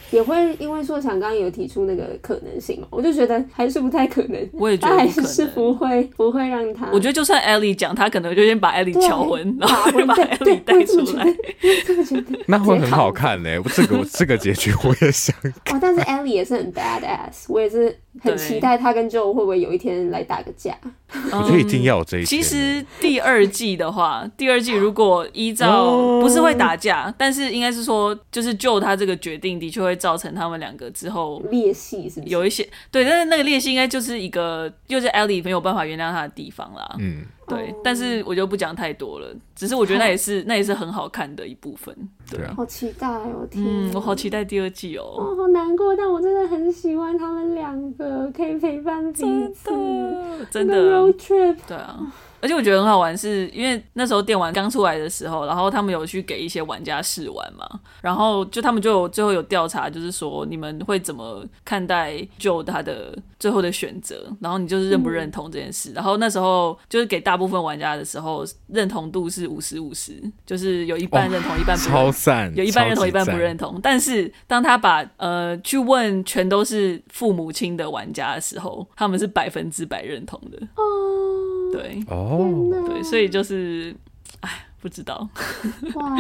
[SPEAKER 4] 也会因为硕强刚刚有提出那个可能性嘛，我就觉得还是不太可能，
[SPEAKER 2] 我也觉得
[SPEAKER 4] 他还
[SPEAKER 2] 不可
[SPEAKER 4] 是
[SPEAKER 2] 能
[SPEAKER 4] 不会不会让他，
[SPEAKER 2] 我觉得就算 Ellie 讲，他可能就先把 Ellie
[SPEAKER 4] 对
[SPEAKER 2] 敲昏，然
[SPEAKER 4] 打
[SPEAKER 2] 后就
[SPEAKER 4] 昏
[SPEAKER 2] 把
[SPEAKER 4] 对
[SPEAKER 2] Ellie
[SPEAKER 4] 对，我
[SPEAKER 2] 带
[SPEAKER 4] 也这么
[SPEAKER 2] 出
[SPEAKER 4] 觉
[SPEAKER 2] 来。
[SPEAKER 4] 得，我也这么觉得，
[SPEAKER 3] 那会很好看呢、这个我这个结局我 也想
[SPEAKER 2] 嗯
[SPEAKER 4] 哇！但是 Ellie 也是很 bad ass，我也是很
[SPEAKER 2] 对
[SPEAKER 4] 期待他跟 Joe 会不会有一天来打个架。
[SPEAKER 3] 我觉得一定要有这一
[SPEAKER 2] 嗯其
[SPEAKER 3] 天
[SPEAKER 2] 实第二季的话，第二季如果依
[SPEAKER 3] 哦
[SPEAKER 2] 照不是会打架，但是应该是说，就是就他这个决定的确会造成他们两个之后
[SPEAKER 4] 裂隙是不是？
[SPEAKER 2] 有一些对，但是那个裂隙应该就是一个，就是 Ellie 没有办法原谅他的地方啦。
[SPEAKER 3] 嗯，
[SPEAKER 2] 对
[SPEAKER 4] 哦，
[SPEAKER 2] 但是我就不讲太多了，只是我觉得那也是那也是很好看的一部分。
[SPEAKER 3] 对啊，
[SPEAKER 4] 好期待哦！天啊，
[SPEAKER 2] 嗯，我好期待第二季哦。
[SPEAKER 4] 哦，好难过，但我真的很喜欢他们两个可以陪伴彼此。
[SPEAKER 2] 真
[SPEAKER 4] 那个
[SPEAKER 2] 的
[SPEAKER 4] road，trip，
[SPEAKER 2] 对啊。而且我觉得很好玩是，因为那时候电玩刚出来的时候，然后他们有去给一些玩家试玩嘛，然后就他们就有最后有调查，就是说你们会怎么看待 Joe 他的最后的选择，然后你就是认不认同这件事。然后那时候就是给大部分玩家的时候，认同度是五十五十，就是有一半认同，一半不认同
[SPEAKER 3] 超。赞，
[SPEAKER 2] 有一半认同，
[SPEAKER 3] 嗯超
[SPEAKER 2] 一
[SPEAKER 3] 级
[SPEAKER 2] 半
[SPEAKER 3] 赞
[SPEAKER 2] 不认同。但是当他把呃去问全都是父母亲的玩家的时候，他们是百分之百认同的。
[SPEAKER 4] 哦，
[SPEAKER 2] 对
[SPEAKER 3] 哦。
[SPEAKER 2] 对，所以就是，哎，不知道。
[SPEAKER 4] 哇，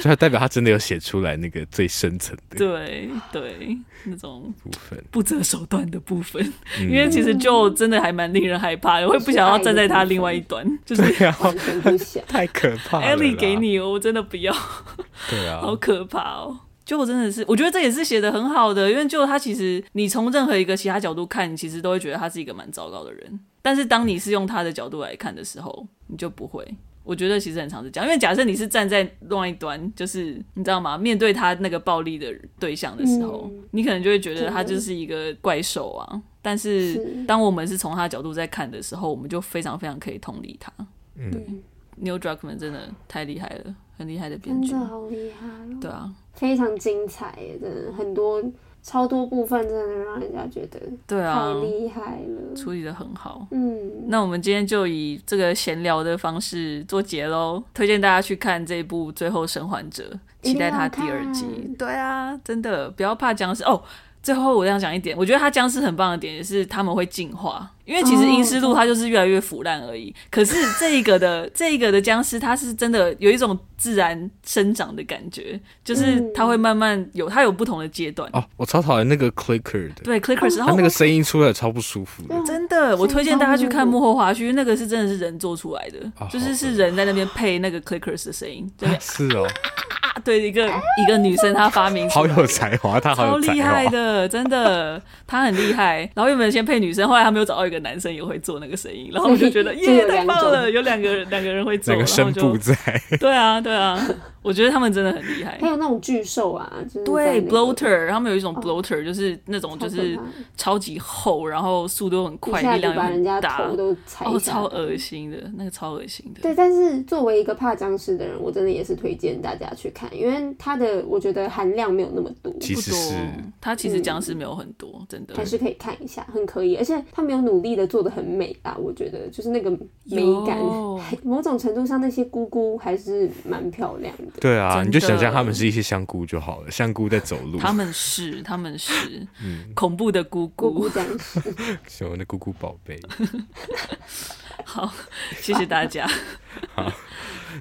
[SPEAKER 3] 所以代表他真的有写出来那个最深层的
[SPEAKER 2] 对对，那种
[SPEAKER 3] 部分，
[SPEAKER 2] 不择手段的部分，
[SPEAKER 3] 嗯
[SPEAKER 2] 因为其实就真的还蛮令人害怕的，我会不想要站在他另外一端，就是。
[SPEAKER 3] 对啊，。
[SPEAKER 4] 完全不想
[SPEAKER 3] 太可怕了。
[SPEAKER 2] 艾莉给，你，我真的不要，
[SPEAKER 3] 对啊，
[SPEAKER 2] 好可怕哦！就我真的是，我觉得这也是写的很好的，因为就他其实你从任何一个其他角度看，你其实都会觉得他是一个蛮糟糕的人。但是当你是用他的角度来看的时候，你就不会。我觉得其实很常是这样，因为假设你是站在另外一端，就是你知道吗？面对他那个暴力的对象的时候，
[SPEAKER 4] 嗯
[SPEAKER 2] 你可能就会觉得他就是一个怪兽啊。但是
[SPEAKER 4] 是
[SPEAKER 2] 当我们是从他的角度在看的时候，我们就非常非常可以同理他。
[SPEAKER 4] 嗯，
[SPEAKER 2] Neil Druckmann 真的太厉害了，很厉害的编
[SPEAKER 4] 真
[SPEAKER 2] 剧
[SPEAKER 4] 的，好厉害哦，
[SPEAKER 2] 对啊。
[SPEAKER 4] 非常精彩耶，真的很多超多部分，真的让人家觉得
[SPEAKER 2] 对啊
[SPEAKER 4] 太，厉害了。
[SPEAKER 2] 处理的很好。
[SPEAKER 4] 嗯，
[SPEAKER 2] 那我们今天就以这个闲聊的方式做结喽，推荐大家去看这部《最后生还者》，
[SPEAKER 4] 一定要
[SPEAKER 2] 期待它第二季
[SPEAKER 4] 看。
[SPEAKER 2] 对啊，真的不要怕僵尸哦。最后我想讲一点，我觉得它僵尸很棒的点也是他们会进化，因为其实
[SPEAKER 4] 哦
[SPEAKER 2] 阴尸路它就是越来越腐烂而已。可是这一个 的这一个的僵尸，它是真的有一种自然生长的感觉，就是
[SPEAKER 4] 嗯
[SPEAKER 2] 它会慢慢有它有不同的阶段。
[SPEAKER 3] 哦，我超讨厌那个 clicker 的，
[SPEAKER 2] 对，clickers，然
[SPEAKER 4] 哦
[SPEAKER 3] 他
[SPEAKER 2] 后
[SPEAKER 3] 那个声音出来超不舒服的
[SPEAKER 4] 对。啊
[SPEAKER 2] 真的，我推荐大家去看幕后花絮，那个是真的是人做出来的，
[SPEAKER 3] 啊
[SPEAKER 2] 就是是人在那边配那个 clickers 的声音， 对
[SPEAKER 3] 啊是哦，
[SPEAKER 2] 啊，对一个一个女生她发明出
[SPEAKER 3] 好
[SPEAKER 2] 来
[SPEAKER 3] 有才华，他好
[SPEAKER 2] 超
[SPEAKER 3] 有才
[SPEAKER 2] 厉害
[SPEAKER 3] 华。
[SPEAKER 2] 的，真的，她很厉害。然后原本先配女生，后来他们又找到一个男生也会做那个声音，然后我就觉得
[SPEAKER 4] 所以
[SPEAKER 2] 耶，
[SPEAKER 4] 有
[SPEAKER 2] 太
[SPEAKER 4] 两
[SPEAKER 2] 棒
[SPEAKER 4] 种
[SPEAKER 2] 了，有两个人两个人会做，
[SPEAKER 3] 那个
[SPEAKER 2] 然后
[SPEAKER 3] 声部
[SPEAKER 2] 就
[SPEAKER 3] 在，
[SPEAKER 2] 对啊对啊，我觉得他们真的很厉 害
[SPEAKER 4] 还。有那种巨兽啊，就是在
[SPEAKER 2] 对
[SPEAKER 4] 那个
[SPEAKER 2] ，bloater，他们有一种 bloater，、就是那种就是
[SPEAKER 4] 超可
[SPEAKER 2] 超级厚，然后速度很
[SPEAKER 4] 怕
[SPEAKER 2] 快，
[SPEAKER 4] 一下
[SPEAKER 2] 力
[SPEAKER 4] 就
[SPEAKER 2] 量又
[SPEAKER 4] 把人
[SPEAKER 2] 很
[SPEAKER 4] 家
[SPEAKER 2] 大
[SPEAKER 4] 头，都踩
[SPEAKER 2] 哦，
[SPEAKER 4] 下
[SPEAKER 2] 超
[SPEAKER 4] 来。
[SPEAKER 2] 恶心的，那个超恶心的。
[SPEAKER 4] 对，但是作为一个怕僵尸的人，我真的也是推荐大家去看，因为它的我觉得含量没有那么多，
[SPEAKER 3] 其
[SPEAKER 2] 不
[SPEAKER 3] 实
[SPEAKER 2] 多
[SPEAKER 3] 是，
[SPEAKER 2] 它其实
[SPEAKER 4] 嗯
[SPEAKER 2] 僵尸没有很多，真的
[SPEAKER 4] 还。是可以看一下，很可以，而且它没有努力的做的很美啊，我觉得就是那个美感
[SPEAKER 2] 有，
[SPEAKER 4] 某种程度上那些姑姑还是蛮漂亮的。
[SPEAKER 3] 对啊，
[SPEAKER 2] 真
[SPEAKER 3] 你就想
[SPEAKER 2] 的
[SPEAKER 3] 象他们是一些香菇就好了，香菇在走路，
[SPEAKER 2] 他们是，他们是、
[SPEAKER 3] 嗯
[SPEAKER 2] 恐怖的姑
[SPEAKER 4] 姑
[SPEAKER 2] 姑
[SPEAKER 4] 姑。僵尸，
[SPEAKER 3] 什么的姑姑宝贝。
[SPEAKER 2] 好，谢谢大 家。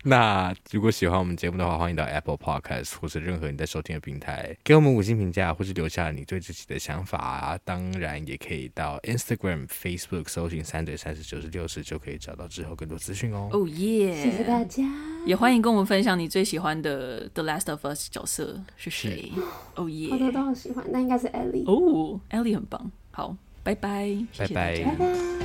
[SPEAKER 3] 那如果喜欢我们节目的话，欢迎到 Apple Podcast 或是任何你在收听的平台给我们五星评价，或是留下你对自己的想法。当然，也可以到 Instagram、Facebook 搜寻“三嘴三十九十六十”就可以找到之后更多资讯哦。
[SPEAKER 2] 哦耶！
[SPEAKER 4] 谢谢大家，
[SPEAKER 2] 也欢迎跟我们分享你最喜欢的《The Last of Us》角色是谁。哦耶！
[SPEAKER 4] 好多都好喜欢，那应该是 Ellie。
[SPEAKER 2] 哦，Ellie 很棒。好，拜拜，谢谢大
[SPEAKER 3] 拜拜
[SPEAKER 2] 家
[SPEAKER 4] 拜拜。